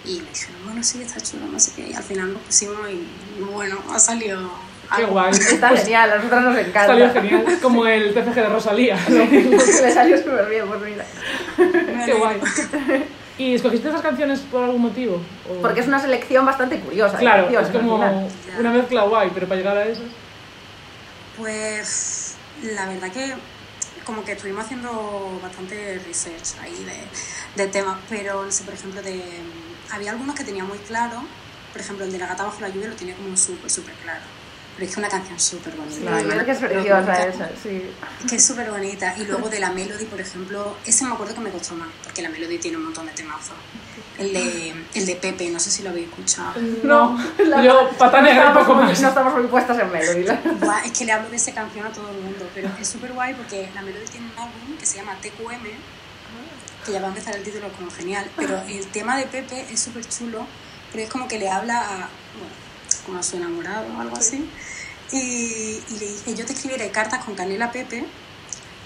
[SPEAKER 7] Y me dijeron, bueno, sí, está chulo, no sé qué. Y al final lo pusimos y bueno, ha salido.
[SPEAKER 1] Qué
[SPEAKER 7] algo.
[SPEAKER 1] guay.
[SPEAKER 2] Está genial, a nosotras nos encanta.
[SPEAKER 1] Pues Salió
[SPEAKER 2] [laughs]
[SPEAKER 1] genial, como el TCG de Rosalía. ¿no?
[SPEAKER 2] Le salió súper bien, pues mira.
[SPEAKER 7] Me
[SPEAKER 1] Qué
[SPEAKER 7] alegro.
[SPEAKER 1] guay. ¿Y escogiste esas canciones por algún motivo? o-
[SPEAKER 2] Porque es una selección bastante curiosa. de
[SPEAKER 1] Claro, es
[SPEAKER 2] canciones, al
[SPEAKER 1] como
[SPEAKER 2] final.
[SPEAKER 1] una mezcla guay, pero para llegar a eso...
[SPEAKER 7] Pues la verdad que como que estuvimos haciendo bastante research ahí de, de temas, pero no sé, por ejemplo, de, había algunos que tenía muy claro, por ejemplo, el de la gata bajo la lluvia lo tenía como súper, súper claro. Pero hizo una canción súper bonita.
[SPEAKER 2] La verdad que es preciosa esa, sí.
[SPEAKER 7] Que es súper bonita. Y luego de la Melody, por ejemplo, ese me acuerdo que me costó más, porque la Melody tiene un montón de temazos. El de, el de Pepe, no sé si lo habéis escuchado.
[SPEAKER 1] No, yo pata
[SPEAKER 2] no
[SPEAKER 1] negra y
[SPEAKER 2] estamos
[SPEAKER 1] poco
[SPEAKER 2] muy-
[SPEAKER 1] más.
[SPEAKER 2] No estamos muy puestas en Melody. la-
[SPEAKER 7] Guau, es que le hablo de esa canción a todo el mundo, pero es súper guay porque la Melody tiene un álbum que se llama TQM, que ya va a empezar el título como genial, pero el tema de Pepe es súper chulo, pero es como que le habla a, bueno, como a su enamorado o algo así, y, y le dice, yo te escribiré cartas con Canela a Pepe,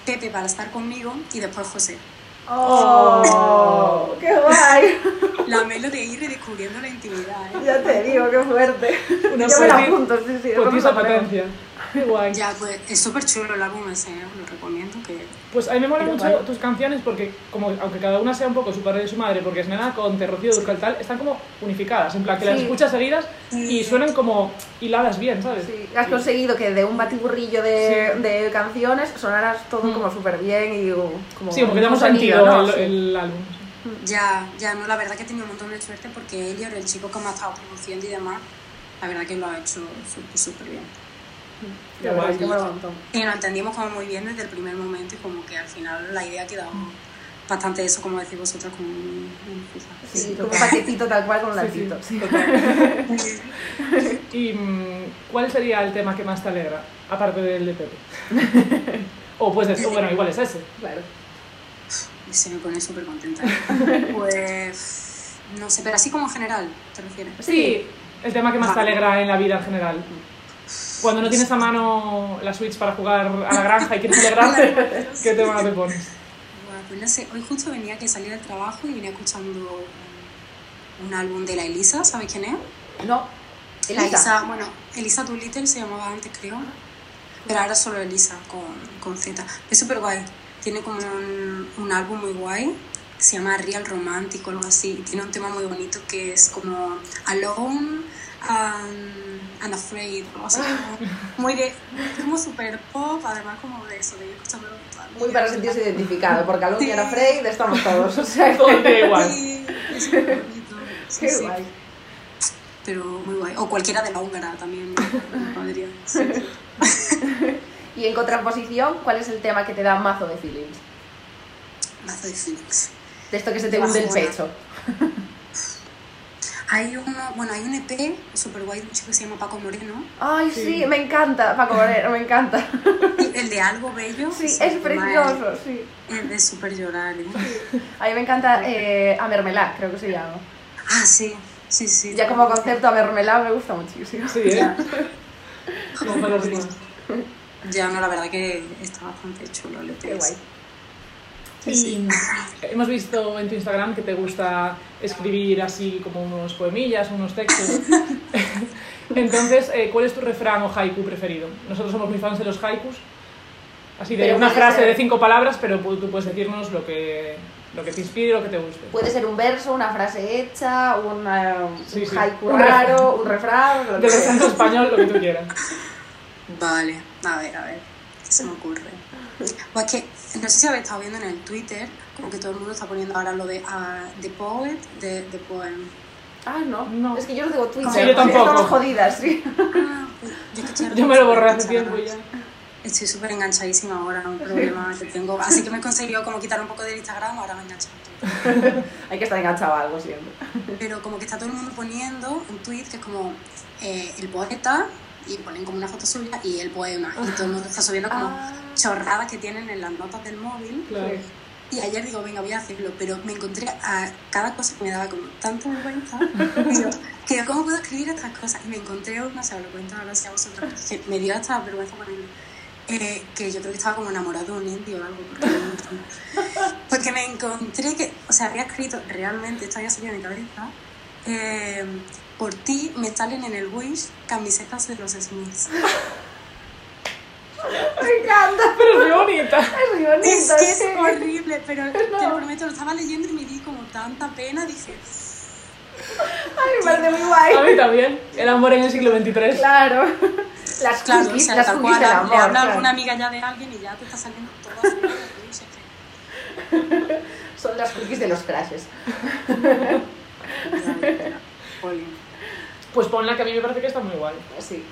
[SPEAKER 7] Pepe para estar conmigo y después José.
[SPEAKER 2] [laughs] ¡Oh! ¡Qué guay!
[SPEAKER 7] La Melody ahí redescubriendo la intimidad, ¿eh?
[SPEAKER 2] Ya te digo, qué fuerte.
[SPEAKER 1] Una
[SPEAKER 2] Yo me la
[SPEAKER 1] poeti-
[SPEAKER 2] apunto, sí, sí. después me
[SPEAKER 1] Potisa
[SPEAKER 2] la ponemos.
[SPEAKER 1] potencia. Qué guay.
[SPEAKER 7] Ya, pues es súper chulo el álbum ese, ¿eh? Os lo recomiendo que...
[SPEAKER 1] Pues a mí me molan mucho tus canciones porque, como, aunque cada una sea un poco su padre y su madre, porque es Nena con Rocío Dúrcal tal, están como unificadas. En plan, que las
[SPEAKER 2] Sí.
[SPEAKER 1] escuchas seguidas y suenan como hiladas bien, ¿sabes?
[SPEAKER 2] Sí, has conseguido que de un batiburrillo de, de canciones sonaras todo como súper bien y uh, como.
[SPEAKER 1] Sí, porque
[SPEAKER 2] un
[SPEAKER 1] damos
[SPEAKER 2] sonido,
[SPEAKER 1] sentido
[SPEAKER 2] ¿no?
[SPEAKER 1] el,
[SPEAKER 2] Sí.
[SPEAKER 1] el álbum.
[SPEAKER 7] Ya, ya, no, la verdad que he tenido un montón de suerte porque Elior, el chico que me ha estado produciendo y demás, la verdad que lo ha hecho súper, súper bien.
[SPEAKER 2] La verdad es que mola un montón.
[SPEAKER 7] Y nos entendimos como muy bien desde el primer momento y como que al final la idea ha quedado bastante eso, como decís vosotros, como muy, muy fija.
[SPEAKER 2] Sí, como un paquetito tal cual con un lacito. Sí,
[SPEAKER 1] [laughs] ¿Y mm, cuál sería el tema que más te alegra? Aparte del de Pepe. o pues, decir, bueno, igual es ese.
[SPEAKER 2] claro.
[SPEAKER 7] Y se me pone súper contenta. [laughs] pues, no sé, pero así como en general, ¿te refieres?
[SPEAKER 1] Sí, el tema que más te alegra en la vida en general. Cuando no tienes a mano la Switch para jugar a la granja y quieres alegrarte, ¿qué tema te pones?
[SPEAKER 7] Buah, pues no sé, hoy justo venía que salí del trabajo y venía escuchando un- un álbum de la Elisa, ¿sabes quién es?
[SPEAKER 2] No.
[SPEAKER 7] Elisa.
[SPEAKER 2] Elisa.
[SPEAKER 7] bueno, Elisa Doolittle se llamaba antes, creo. Pero ahora solo Elisa con, con Z. Es súper guay. Tiene como un, un álbum muy guay. que Se llama Real Romántico, algo así. y Tiene un tema muy bonito que es como Alone and, and Afraid. O sea,
[SPEAKER 2] [laughs]
[SPEAKER 7] muy de. Como súper pop, además, como de eso, de ir escuchando.
[SPEAKER 2] Muy para sentirse identificado, porque Alun y
[SPEAKER 7] Sí.
[SPEAKER 2] Ana Frey de estamos todos. O sea,
[SPEAKER 1] Todo te [laughs]
[SPEAKER 2] [laughs]
[SPEAKER 1] da igual.
[SPEAKER 7] Sí, es súper bonito. Sí,
[SPEAKER 2] qué
[SPEAKER 7] sí.
[SPEAKER 2] guay.
[SPEAKER 7] Pero muy guay. O cualquiera de la húngara
[SPEAKER 2] [laughs]
[SPEAKER 7] también. ¿no? Podría. sí.
[SPEAKER 2] Y en contraposición, ¿cuál es el tema que te da mazo de feelings?
[SPEAKER 7] Mazo de Phoenix.
[SPEAKER 2] De esto que se te
[SPEAKER 7] De
[SPEAKER 2] hunde el
[SPEAKER 7] bajona.
[SPEAKER 2] pecho.
[SPEAKER 7] Hay uno, bueno, hay un EP súper guay de un chico que se llama Paco Moreno.
[SPEAKER 2] Ay, sí, me encanta, Paco Moreno, me encanta.
[SPEAKER 7] Y El de Algo Bello.
[SPEAKER 2] Sí,
[SPEAKER 7] se
[SPEAKER 2] es
[SPEAKER 7] llama
[SPEAKER 2] precioso, sí.
[SPEAKER 7] El, el de Súper Llorar. ¿eh?
[SPEAKER 2] A mí me encanta eh, a mermelá, creo que se llama.
[SPEAKER 7] Ah, sí, sí, sí.
[SPEAKER 2] Ya como concepto a mermelá me gusta muchísimo.
[SPEAKER 1] Sí, ¿eh?
[SPEAKER 7] Ya.
[SPEAKER 1] Como para los demás.
[SPEAKER 7] Ya, no, la verdad que está bastante chulo el E EP.
[SPEAKER 2] [laughs] Qué guay.
[SPEAKER 1] Y hemos visto en tu Instagram que te gusta escribir así como unos poemillas, unos
[SPEAKER 2] [laughs]
[SPEAKER 1] textos. Entonces, eh, ¿cuál es tu refrán o haiku preferido? Nosotros somos muy fans de los haikus. Así de
[SPEAKER 2] Pero
[SPEAKER 1] una
[SPEAKER 2] puede
[SPEAKER 1] frase
[SPEAKER 2] ser-
[SPEAKER 1] de cinco palabras, pero pu- tú puedes decirnos lo que, lo que te inspire y lo que te guste.
[SPEAKER 2] Puede ser un verso, una frase hecha, una-
[SPEAKER 1] Sí,
[SPEAKER 2] un
[SPEAKER 1] sí.
[SPEAKER 2] haiku
[SPEAKER 1] Un
[SPEAKER 2] raro, un refrán, lo
[SPEAKER 1] Del
[SPEAKER 2] que sea.
[SPEAKER 1] acento español, lo que tú quieras.
[SPEAKER 7] Vale, a ver, a ver. ¿Qué se me ocurre? Pues que, no sé si habéis estado viendo en el Twitter, como que todo el mundo está poniendo ahora lo de ah, The Poet, de The Poem.
[SPEAKER 2] Ah, no.
[SPEAKER 1] No.
[SPEAKER 2] Es que yo no tengo Twitter.
[SPEAKER 7] Sí, yo
[SPEAKER 2] porque
[SPEAKER 1] tampoco.
[SPEAKER 2] Estamos jodidas, sí.
[SPEAKER 7] Ah, pues, yo, que estoy
[SPEAKER 1] Yo me lo borré hace
[SPEAKER 7] enganchada.
[SPEAKER 1] tiempo y ya.
[SPEAKER 7] Estoy súper enganchadísima ahora, un problema que tengo. Así que me he conseguido como quitar un poco del Instagram, ahora me he enganchado.
[SPEAKER 2] Hay que estar enganchado a algo siempre.
[SPEAKER 7] Pero como que está todo el mundo poniendo un tweet que es como eh, el poeta y ponen como una foto suya y el poema. Y todo el mundo está subiendo como
[SPEAKER 2] Ah.
[SPEAKER 7] chorradas que tienen en las notas del móvil.
[SPEAKER 1] Claro.
[SPEAKER 7] Y ayer digo, venga, voy a hacerlo, pero me encontré a cada cosa que me daba como tanta vergüenza. Y yo, que yo, ¿cómo puedo escribir estas cosas? Y me encontré una, se os lo cuento ahora si a vosotros, que me dio hasta vergüenza ponerlo. Eh, que yo creo que estaba como enamorado de un indio o algo. Porque, no me entiendo. Porque me encontré que, o sea, había escrito realmente, esto había salido de mi cabeza, eh, por ti me salen en el Wish camisetas de los Smiths.
[SPEAKER 2] [laughs] Me encanta.
[SPEAKER 1] Pero qué bonita.
[SPEAKER 2] Es muy bonito.
[SPEAKER 7] Es que es
[SPEAKER 2] sí.
[SPEAKER 7] horrible, pero te lo prometo, lo estaba leyendo y me di como tanta pena, dije...
[SPEAKER 2] Ay, me parece muy guay.
[SPEAKER 1] A mí también. El amor en el siglo XXIII.
[SPEAKER 2] Claro. Las
[SPEAKER 7] Claro,
[SPEAKER 2] cookies,
[SPEAKER 7] o sea,
[SPEAKER 2] las
[SPEAKER 7] tal
[SPEAKER 2] cookies
[SPEAKER 7] cual,
[SPEAKER 2] del
[SPEAKER 7] le
[SPEAKER 2] amor.
[SPEAKER 7] habla
[SPEAKER 2] claro.
[SPEAKER 7] alguna amiga ya de alguien y ya te está saliendo todo así. de Luis, es que-
[SPEAKER 2] Son las cookies de los crashes.
[SPEAKER 7] Jolín.
[SPEAKER 2] [laughs]
[SPEAKER 1] Pues ponla que a mí me parece que está muy guay.
[SPEAKER 2] Sí.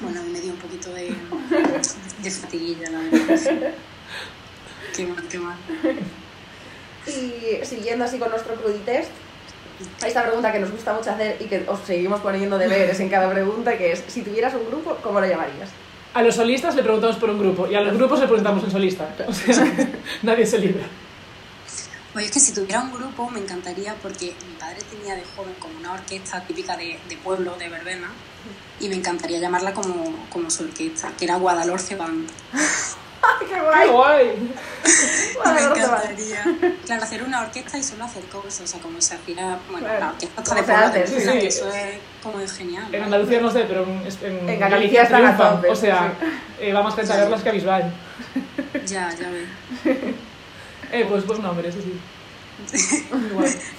[SPEAKER 7] Bueno, me dio un poquito
[SPEAKER 2] [laughs]
[SPEAKER 7] de, de fatiguilla, la verdad. Qué mal, qué mal.
[SPEAKER 2] Y siguiendo así con nuestro cruditest, esta pregunta que nos gusta mucho hacer y que os seguimos poniendo deberes en cada pregunta, que es, si tuvieras un grupo, ¿cómo lo llamarías?
[SPEAKER 1] A los solistas le preguntamos por un grupo y a los grupos le preguntamos un solista. O
[SPEAKER 2] [laughs]
[SPEAKER 1] sea, nadie se libra.
[SPEAKER 7] Oye, es que si tuviera un grupo me encantaría porque mi padre tenía de joven como una orquesta típica de, de pueblo, de verbena, y me encantaría llamarla como, como su orquesta, que era Guadalhorce Band.
[SPEAKER 2] ¡Ay, qué guay!
[SPEAKER 1] ¡Qué guay!
[SPEAKER 7] Y me
[SPEAKER 2] Guadalhorce Band.
[SPEAKER 7] encantaría. Claro, hacer una orquesta y solo hacer covers, o sea, como se hacía, bueno,
[SPEAKER 2] Claro.
[SPEAKER 7] la orquesta está
[SPEAKER 2] Como
[SPEAKER 7] de
[SPEAKER 2] se
[SPEAKER 7] pueblo,
[SPEAKER 2] hace,
[SPEAKER 7] de
[SPEAKER 2] sí,
[SPEAKER 7] Venezuela,
[SPEAKER 1] sí.
[SPEAKER 7] que eso es como genial.
[SPEAKER 1] En
[SPEAKER 7] ¿no?
[SPEAKER 1] Andalucía no sé, pero en, en,
[SPEAKER 2] En Galicia están a
[SPEAKER 1] triunfan.
[SPEAKER 2] tope,
[SPEAKER 1] O sea, eh, va más gente a verlas que a Bisbal.
[SPEAKER 7] Ya, ya ves.
[SPEAKER 1] Eh, pues buen nombre, eso sí.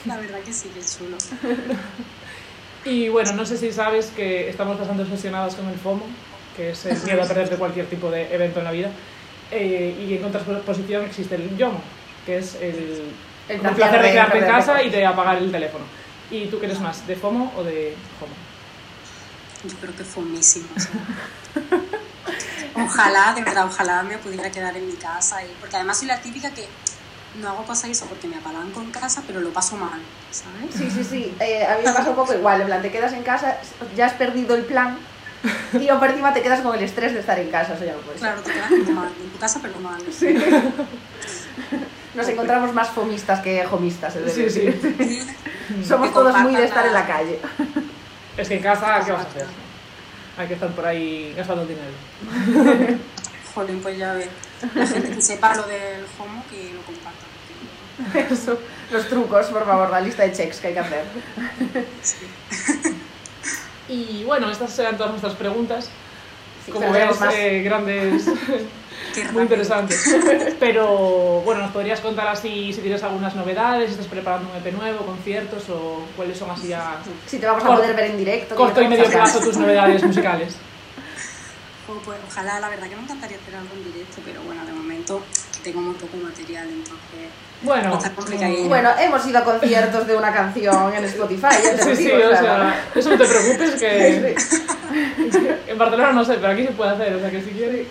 [SPEAKER 7] La verdad que sí, que es chulo.
[SPEAKER 1] Y bueno, no sé si sabes que estamos bastante obsesionadas con el FOMO, que es el miedo a perderte cualquier tipo de evento en la vida. Eh, y en contraposición existe el YOMO, que es el,
[SPEAKER 2] El
[SPEAKER 1] como el placer de quedarte en casa y de apagar el teléfono. ¿Y tú qué eres más, de FOMO o de FOMO?
[SPEAKER 7] Yo creo que fue mísimo. o sea. ojalá, de verdad, ojalá me pudiera quedar en mi casa. y- porque además soy la típica que no hago cosas eso porque me apalanco en casa, pero lo paso mal, ¿sabes?
[SPEAKER 2] Sí, sí, sí. Eh, a mí me pasa un poco igual. En plan, te quedas en casa, ya has perdido el plan y por encima te quedas con el estrés de estar en casa. Eso ya no puede ser.
[SPEAKER 7] Claro, te quedas como mal, en tu casa, pero mal.
[SPEAKER 2] Nos encontramos más fomistas que jomistas, es
[SPEAKER 1] Sí,
[SPEAKER 2] decir.
[SPEAKER 1] sí.
[SPEAKER 2] Somos
[SPEAKER 7] Que
[SPEAKER 2] todos muy
[SPEAKER 7] compartan
[SPEAKER 2] de estar en la
[SPEAKER 7] la-
[SPEAKER 2] calle. [laughs]
[SPEAKER 1] Es que en casa, ¿qué vas a hacer? Hay que estar por ahí gastando dinero.
[SPEAKER 7] Jolín, pues ya ves. La gente que sepa lo del homo, que lo comparta. porque-
[SPEAKER 2] Eso. Los trucos, por favor, la lista de checks que hay que hacer.
[SPEAKER 1] Y bueno, estas serán todas nuestras preguntas.
[SPEAKER 2] Sí,
[SPEAKER 1] Como
[SPEAKER 2] pero
[SPEAKER 1] ves,
[SPEAKER 2] tenemos más.
[SPEAKER 1] eh,
[SPEAKER 2] [laughs]
[SPEAKER 1] grandes,
[SPEAKER 7] Qué rápido.
[SPEAKER 1] muy interesantes. Pero bueno, nos podrías contar así si tienes algunas novedades, si estás preparando un EP nuevo, conciertos o cuáles son así a
[SPEAKER 2] Si te vamos a
[SPEAKER 1] Corto-
[SPEAKER 2] poder ver en directo. que
[SPEAKER 1] corto y
[SPEAKER 2] yo tengo
[SPEAKER 1] medio
[SPEAKER 2] muchas
[SPEAKER 1] plazo tus novedades musicales.
[SPEAKER 2] [laughs]
[SPEAKER 7] Jo, pues, ojalá, la verdad que me encantaría hacer algo en directo, pero bueno, de momento tengo muy poco material, entonces
[SPEAKER 1] Bueno,
[SPEAKER 7] no está complicadillo.
[SPEAKER 2] ganas. Bueno, hemos ido a conciertos de una canción en Spotify. Ya te
[SPEAKER 1] [laughs] sí,
[SPEAKER 2] lo
[SPEAKER 1] sí,
[SPEAKER 2] digo,
[SPEAKER 1] o
[SPEAKER 2] claro.
[SPEAKER 1] sea, eh. eso no te preocupes que
[SPEAKER 2] Sí, sí.
[SPEAKER 1] en Barcelona no sé, pero aquí se puede hacer, o sea que si quieres.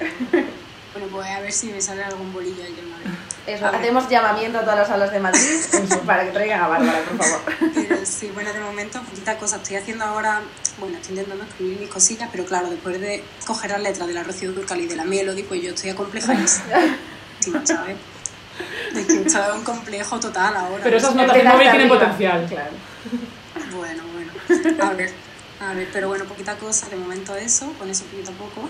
[SPEAKER 7] Bueno, pues a ver si me sale algún bolillo ahí alguna vez.
[SPEAKER 2] Eso,
[SPEAKER 7] A ver.
[SPEAKER 2] hacemos llamamiento a todas las salas
[SPEAKER 1] [laughs]
[SPEAKER 2] de Madrid para que traigan a Bárbara, por favor.
[SPEAKER 7] Pero sí, bueno, de momento, poquita cosa. Estoy haciendo ahora, bueno, estoy intentando escribir mis cosillas, pero claro, después de coger las letras de la Rocío Durcal y de la Melody, pues
[SPEAKER 1] [laughs]
[SPEAKER 7] yo estoy acomplejadísima, ¿sabes? De que esto es un complejo total ahora.
[SPEAKER 1] Pero esas notas de
[SPEAKER 2] Empezar
[SPEAKER 1] móvil tienen
[SPEAKER 2] arriba.
[SPEAKER 1] potencial.
[SPEAKER 2] Claro.
[SPEAKER 7] Bueno, bueno, a ver, a ver, pero bueno, poquita cosa, de momento eso, con eso poquito a poco.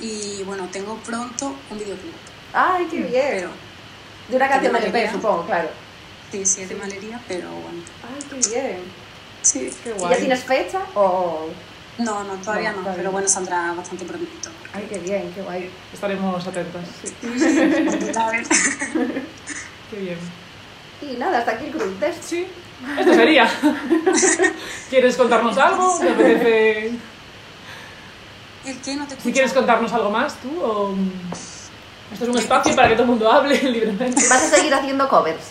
[SPEAKER 7] Y bueno, tengo pronto un videoclip,
[SPEAKER 2] Ay, qué bien.
[SPEAKER 7] pero
[SPEAKER 2] de una canción de
[SPEAKER 7] Pero
[SPEAKER 2] LP,
[SPEAKER 7] malería.
[SPEAKER 2] supongo, claro.
[SPEAKER 7] sí, sí, es de malería, pero bueno,
[SPEAKER 2] Ay, qué bien.
[SPEAKER 7] sí.
[SPEAKER 1] Qué
[SPEAKER 2] ¿Y ya
[SPEAKER 1] guay.
[SPEAKER 2] tienes fecha? O...
[SPEAKER 7] No, no, todavía
[SPEAKER 2] No,
[SPEAKER 7] no,
[SPEAKER 2] todavía
[SPEAKER 7] pero
[SPEAKER 2] no.
[SPEAKER 7] bueno, saldrá bastante prontito.
[SPEAKER 2] Ay, qué bien, qué guay.
[SPEAKER 1] Estaremos atentas.
[SPEAKER 7] A [laughs] ver.
[SPEAKER 1] Qué bien.
[SPEAKER 2] Y nada, hasta aquí el Cruel Test.
[SPEAKER 1] Sí, esto sería. ¿Quieres contarnos algo? ¿Te apetece?
[SPEAKER 7] ¿El qué? No te escucho.
[SPEAKER 1] Si quieres contarnos algo más, tú, o... mm, Esto es un espacio para que todo el mundo hable [laughs] libremente.
[SPEAKER 2] Vas a seguir haciendo covers.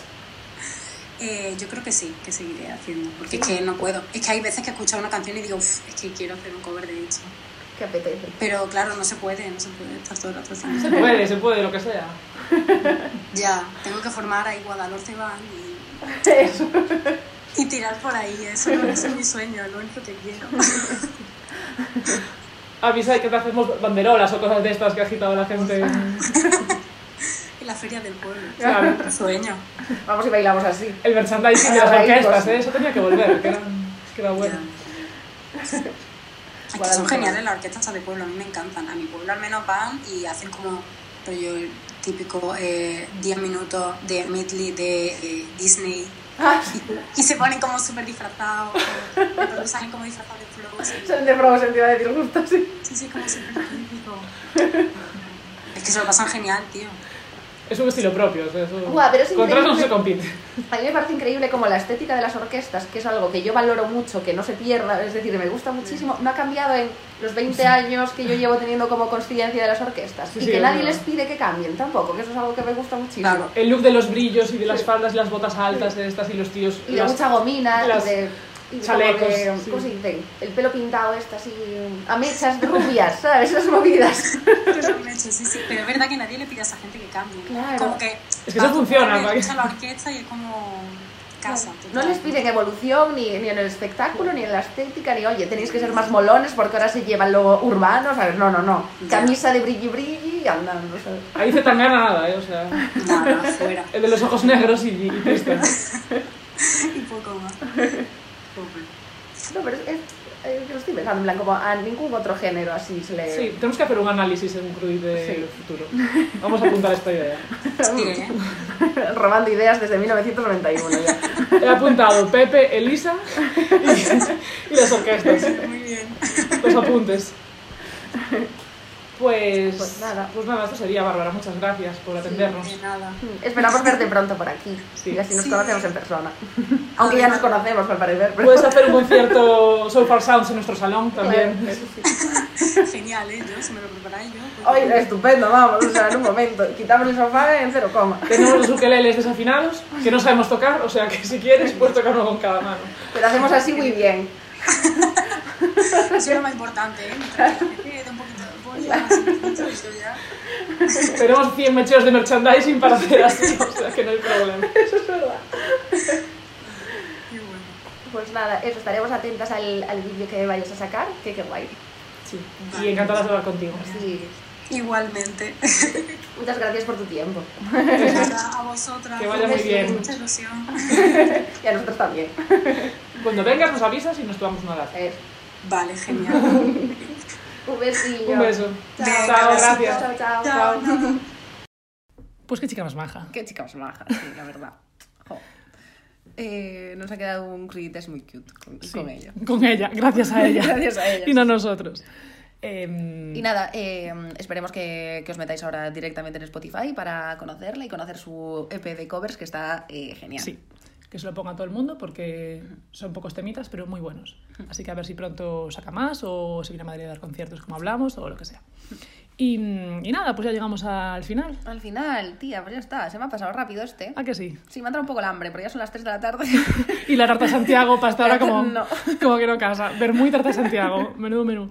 [SPEAKER 7] Eh, yo creo que sí, que seguiré haciendo, porque es que no puedo. Es que hay veces que escucho una canción y digo, "Uf, es que quiero hacer un cover de esto.
[SPEAKER 2] Que apetece.
[SPEAKER 7] Pero claro, no se puede, no se puede estar todo el rato
[SPEAKER 1] Se
[SPEAKER 7] haciendo.
[SPEAKER 1] puede, se puede, lo que sea.
[SPEAKER 7] Ya, tengo que formar ahí Guadalhorce Band y,
[SPEAKER 2] [laughs] Eso.
[SPEAKER 7] y tirar por ahí. Eso, eso es mi sueño, es lo único que quiero. [laughs]
[SPEAKER 1] Avisa que te hacemos banderolas o cosas de estas que ha agitado la gente.
[SPEAKER 7] Y la feria del pueblo.
[SPEAKER 1] Claro.
[SPEAKER 7] Sueño.
[SPEAKER 2] Vamos y bailamos así.
[SPEAKER 1] El merchandising de las orquestas, ¿eh? eso tenía que volver, que era, que era bueno.
[SPEAKER 7] Ya. Es que son geniales las orquestas de pueblo, a mí me encantan. A mi pueblo al menos van y hacen como rollo el típico eh, 10 minutos de medley de eh, Disney.
[SPEAKER 2] Ah.
[SPEAKER 7] Y, y se ponen como súper disfrazados, como- pero salen como disfrazados de flores.
[SPEAKER 2] [laughs] Son de probos en de disgusto, sí.
[SPEAKER 7] Sí, sí, como súper típico. [laughs] Es que se lo pasan genial, tío.
[SPEAKER 1] Es un estilo propio, o sea, eso...
[SPEAKER 2] Buah, pero es
[SPEAKER 1] contra eso no
[SPEAKER 2] increíble.
[SPEAKER 1] se compite.
[SPEAKER 2] A mí me parece increíble como la estética de las orquestas, que es algo que yo valoro mucho, que no se pierda, es decir, me gusta muchísimo, no ha cambiado en los 20 años que yo llevo teniendo como conciencia de las orquestas.
[SPEAKER 1] Sí,
[SPEAKER 2] y
[SPEAKER 1] sí,
[SPEAKER 2] que
[SPEAKER 1] es
[SPEAKER 2] nadie
[SPEAKER 1] verdad.
[SPEAKER 2] les pide que cambien tampoco, que eso es algo que me gusta muchísimo.
[SPEAKER 7] Claro.
[SPEAKER 1] El look de los brillos y de las faldas y las botas altas de estas y los tíos...
[SPEAKER 2] Y de
[SPEAKER 1] las-
[SPEAKER 2] mucha gomina,
[SPEAKER 1] las-
[SPEAKER 2] y de...
[SPEAKER 8] y
[SPEAKER 1] Chalecos,
[SPEAKER 8] como de-
[SPEAKER 1] sí.
[SPEAKER 8] ¿Cómo se dice? El pelo pintado, estas así, a mechas rubias, ¿sabes? Esas movidas.
[SPEAKER 7] Eso Pues lo han hecho, sí, sí. Pero es verdad que nadie le pide a esa gente que cambie.
[SPEAKER 8] Claro.
[SPEAKER 7] Como que.
[SPEAKER 1] Es que eso
[SPEAKER 7] va,
[SPEAKER 1] funciona,
[SPEAKER 7] como que
[SPEAKER 1] ¿para qué?
[SPEAKER 7] escucha la orquesta y es como. Casa.
[SPEAKER 8] No les
[SPEAKER 7] pide
[SPEAKER 8] piden evolución ni, ni en el espectáculo, ni en la estética, ni oye, tenéis que ser más molones porque ahora se llevan lo urbano, ¿sabes? No, no, no. Camisa de brilli brilli y andando, ¿sabes?
[SPEAKER 1] Ahí se tan gana nada, ¿eh? O sea,
[SPEAKER 7] Nada,
[SPEAKER 1] [laughs]
[SPEAKER 7] fuera.
[SPEAKER 1] el de los ojos negros y, y triste.
[SPEAKER 7] Y poco más. Poco.
[SPEAKER 8] No, pero es, es- eh, yo estoy pensando en plan, como a ningún otro género así se le...
[SPEAKER 1] Sí, tenemos que hacer un análisis en un cruid del
[SPEAKER 8] Eh, Sí.
[SPEAKER 1] futuro. Vamos a apuntar esta idea.
[SPEAKER 7] Sí, ¿eh?
[SPEAKER 8] [laughs] robando ideas desde 1991 ya.
[SPEAKER 1] [laughs] He apuntado Pepe, Elisa y, y las orquestas,
[SPEAKER 7] Muy bien.
[SPEAKER 1] los apuntes. Pues,
[SPEAKER 8] Pues nada.
[SPEAKER 1] pues nada, esto sería Bárbara. Muchas gracias por atendernos.
[SPEAKER 7] De Eh, nada.
[SPEAKER 8] Esperamos verte pronto por aquí
[SPEAKER 1] Sí.
[SPEAKER 8] y así nos
[SPEAKER 7] Sí.
[SPEAKER 8] conocemos en
[SPEAKER 1] [laughs]
[SPEAKER 8] persona. Aunque ya nos conocemos, al parecer. pero- [laughs]
[SPEAKER 1] Puedes hacer un concierto So Far Sounds en nuestro salón también.
[SPEAKER 8] [laughs] Eso sí.
[SPEAKER 7] Genial, ¿eh? Yo, si me lo preparáis yo. pues-
[SPEAKER 8] Ay, estupendo, vamos, o sea, en un momento. Quitamos el sofá en cero coma.
[SPEAKER 1] Tenemos los ukeleles desafinados que no sabemos tocar, o sea que si quieres puedes tocar uno con cada mano.
[SPEAKER 8] Pero hacemos así muy bien.
[SPEAKER 7] Eso es lo más importante, ¿eh? Que da un poquito de apoyo, así, mucho, eso ya.
[SPEAKER 1] Tenemos 100 mecheos de merchandising para hacer así, o sea que no hay problema.
[SPEAKER 7] Y bueno.
[SPEAKER 8] Pues nada, eso, estaremos atentas al, al vídeo que vayas a sacar, que qué guay.
[SPEAKER 1] Sí. Y encantadas de hablar contigo.
[SPEAKER 8] Sí.
[SPEAKER 7] Igualmente.
[SPEAKER 8] Muchas gracias por tu tiempo.
[SPEAKER 7] Nada, a vosotras.
[SPEAKER 1] Que vaya
[SPEAKER 8] muy
[SPEAKER 1] bien.
[SPEAKER 7] Mucha ilusión.
[SPEAKER 8] Y a nosotros también.
[SPEAKER 1] Cuando vengas nos avisas y nos tomamos una lata.
[SPEAKER 8] Eh,
[SPEAKER 7] Vale, genial.
[SPEAKER 8] Un besillo.
[SPEAKER 1] Un beso.
[SPEAKER 7] Venga,
[SPEAKER 1] Chao,
[SPEAKER 7] besito.
[SPEAKER 1] gracias.
[SPEAKER 8] Chao, chao.
[SPEAKER 7] Chao.
[SPEAKER 1] Pues qué chica más maja.
[SPEAKER 2] [laughs] Qué chica más maja, sí, la verdad. Jo. Eh, nos ha quedado un crit, es muy cute con, con ella.
[SPEAKER 1] Con ella, gracias a ella.
[SPEAKER 2] [laughs] Gracias a ella,
[SPEAKER 1] Y no a nosotros. Em,
[SPEAKER 2] Y nada, eh, esperemos que, que os metáis ahora directamente en Spotify para conocerla y conocer su EP de covers que está eh, genial.
[SPEAKER 1] sí, que se lo ponga a todo el mundo porque son pocos temitas, pero muy buenos. Así que a ver si pronto saca más o se viene a Madrid a dar conciertos como hablamos o lo que sea. Y, mm, y nada, pues ya llegamos al final.
[SPEAKER 2] Al final, tía, pues ya está, se me ha pasado rápido este.
[SPEAKER 1] ¿A que sí?
[SPEAKER 2] Sí, me ha entrado un poco el hambre, pero ya son las 3 de
[SPEAKER 1] [laughs]
[SPEAKER 2] la tarde.
[SPEAKER 1] Y la tarta Santiago, pasta ahora como,
[SPEAKER 2] [laughs] No.
[SPEAKER 1] como que no casa. Bermú y tarta Santiago. Menudo menú.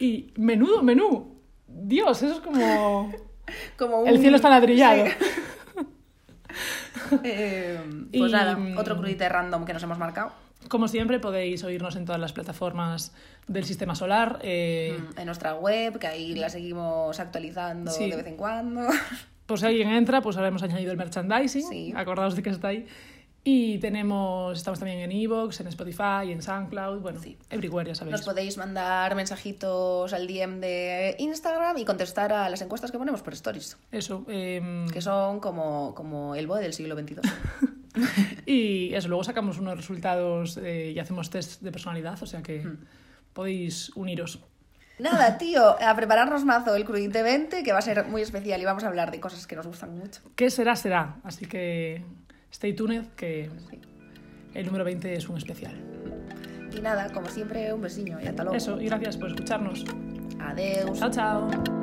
[SPEAKER 1] Y menudo menú. Dios, eso es como...
[SPEAKER 2] Como un-
[SPEAKER 1] El cielo está ladrillado.
[SPEAKER 2] Eh,
[SPEAKER 1] Y- mm.
[SPEAKER 2] pues nada, otro crudite random que nos hemos marcado
[SPEAKER 1] Como siempre, podéis oírnos en todas las plataformas del sistema solar. eh,
[SPEAKER 2] en nuestra web, que ahí la seguimos actualizando
[SPEAKER 1] Sí.
[SPEAKER 2] de vez en cuando.
[SPEAKER 1] Por si alguien entra, pues ahora hemos añadido el merchandising.
[SPEAKER 2] Sí.
[SPEAKER 1] Acordaos de que está ahí. Y tenemos, estamos también en Evox, en Spotify, en SoundCloud, bueno,
[SPEAKER 2] Sí.
[SPEAKER 1] everywhere, ya sabéis.
[SPEAKER 2] [laughs] Nos podéis mandar mensajitos al DM de Instagram y contestar a las encuestas que ponemos por stories,
[SPEAKER 1] Eso. em,
[SPEAKER 2] que son como, como el BOE del siglo XXII.
[SPEAKER 1] [laughs] Y eso, luego sacamos unos resultados eh, y hacemos test de personalidad, o sea que podéis uniros.
[SPEAKER 2] Nada, tío, a prepararnos mazo el crudite 20, que va a ser muy especial y vamos a hablar de cosas que nos gustan mucho.
[SPEAKER 1] ¿Qué será, será? Así que stay tuned, que el número 20 es un especial.
[SPEAKER 2] Y nada, como siempre, un besiño y hasta luego.
[SPEAKER 1] Eso, y gracias por escucharnos.
[SPEAKER 2] Adeus.
[SPEAKER 1] Chao, chao.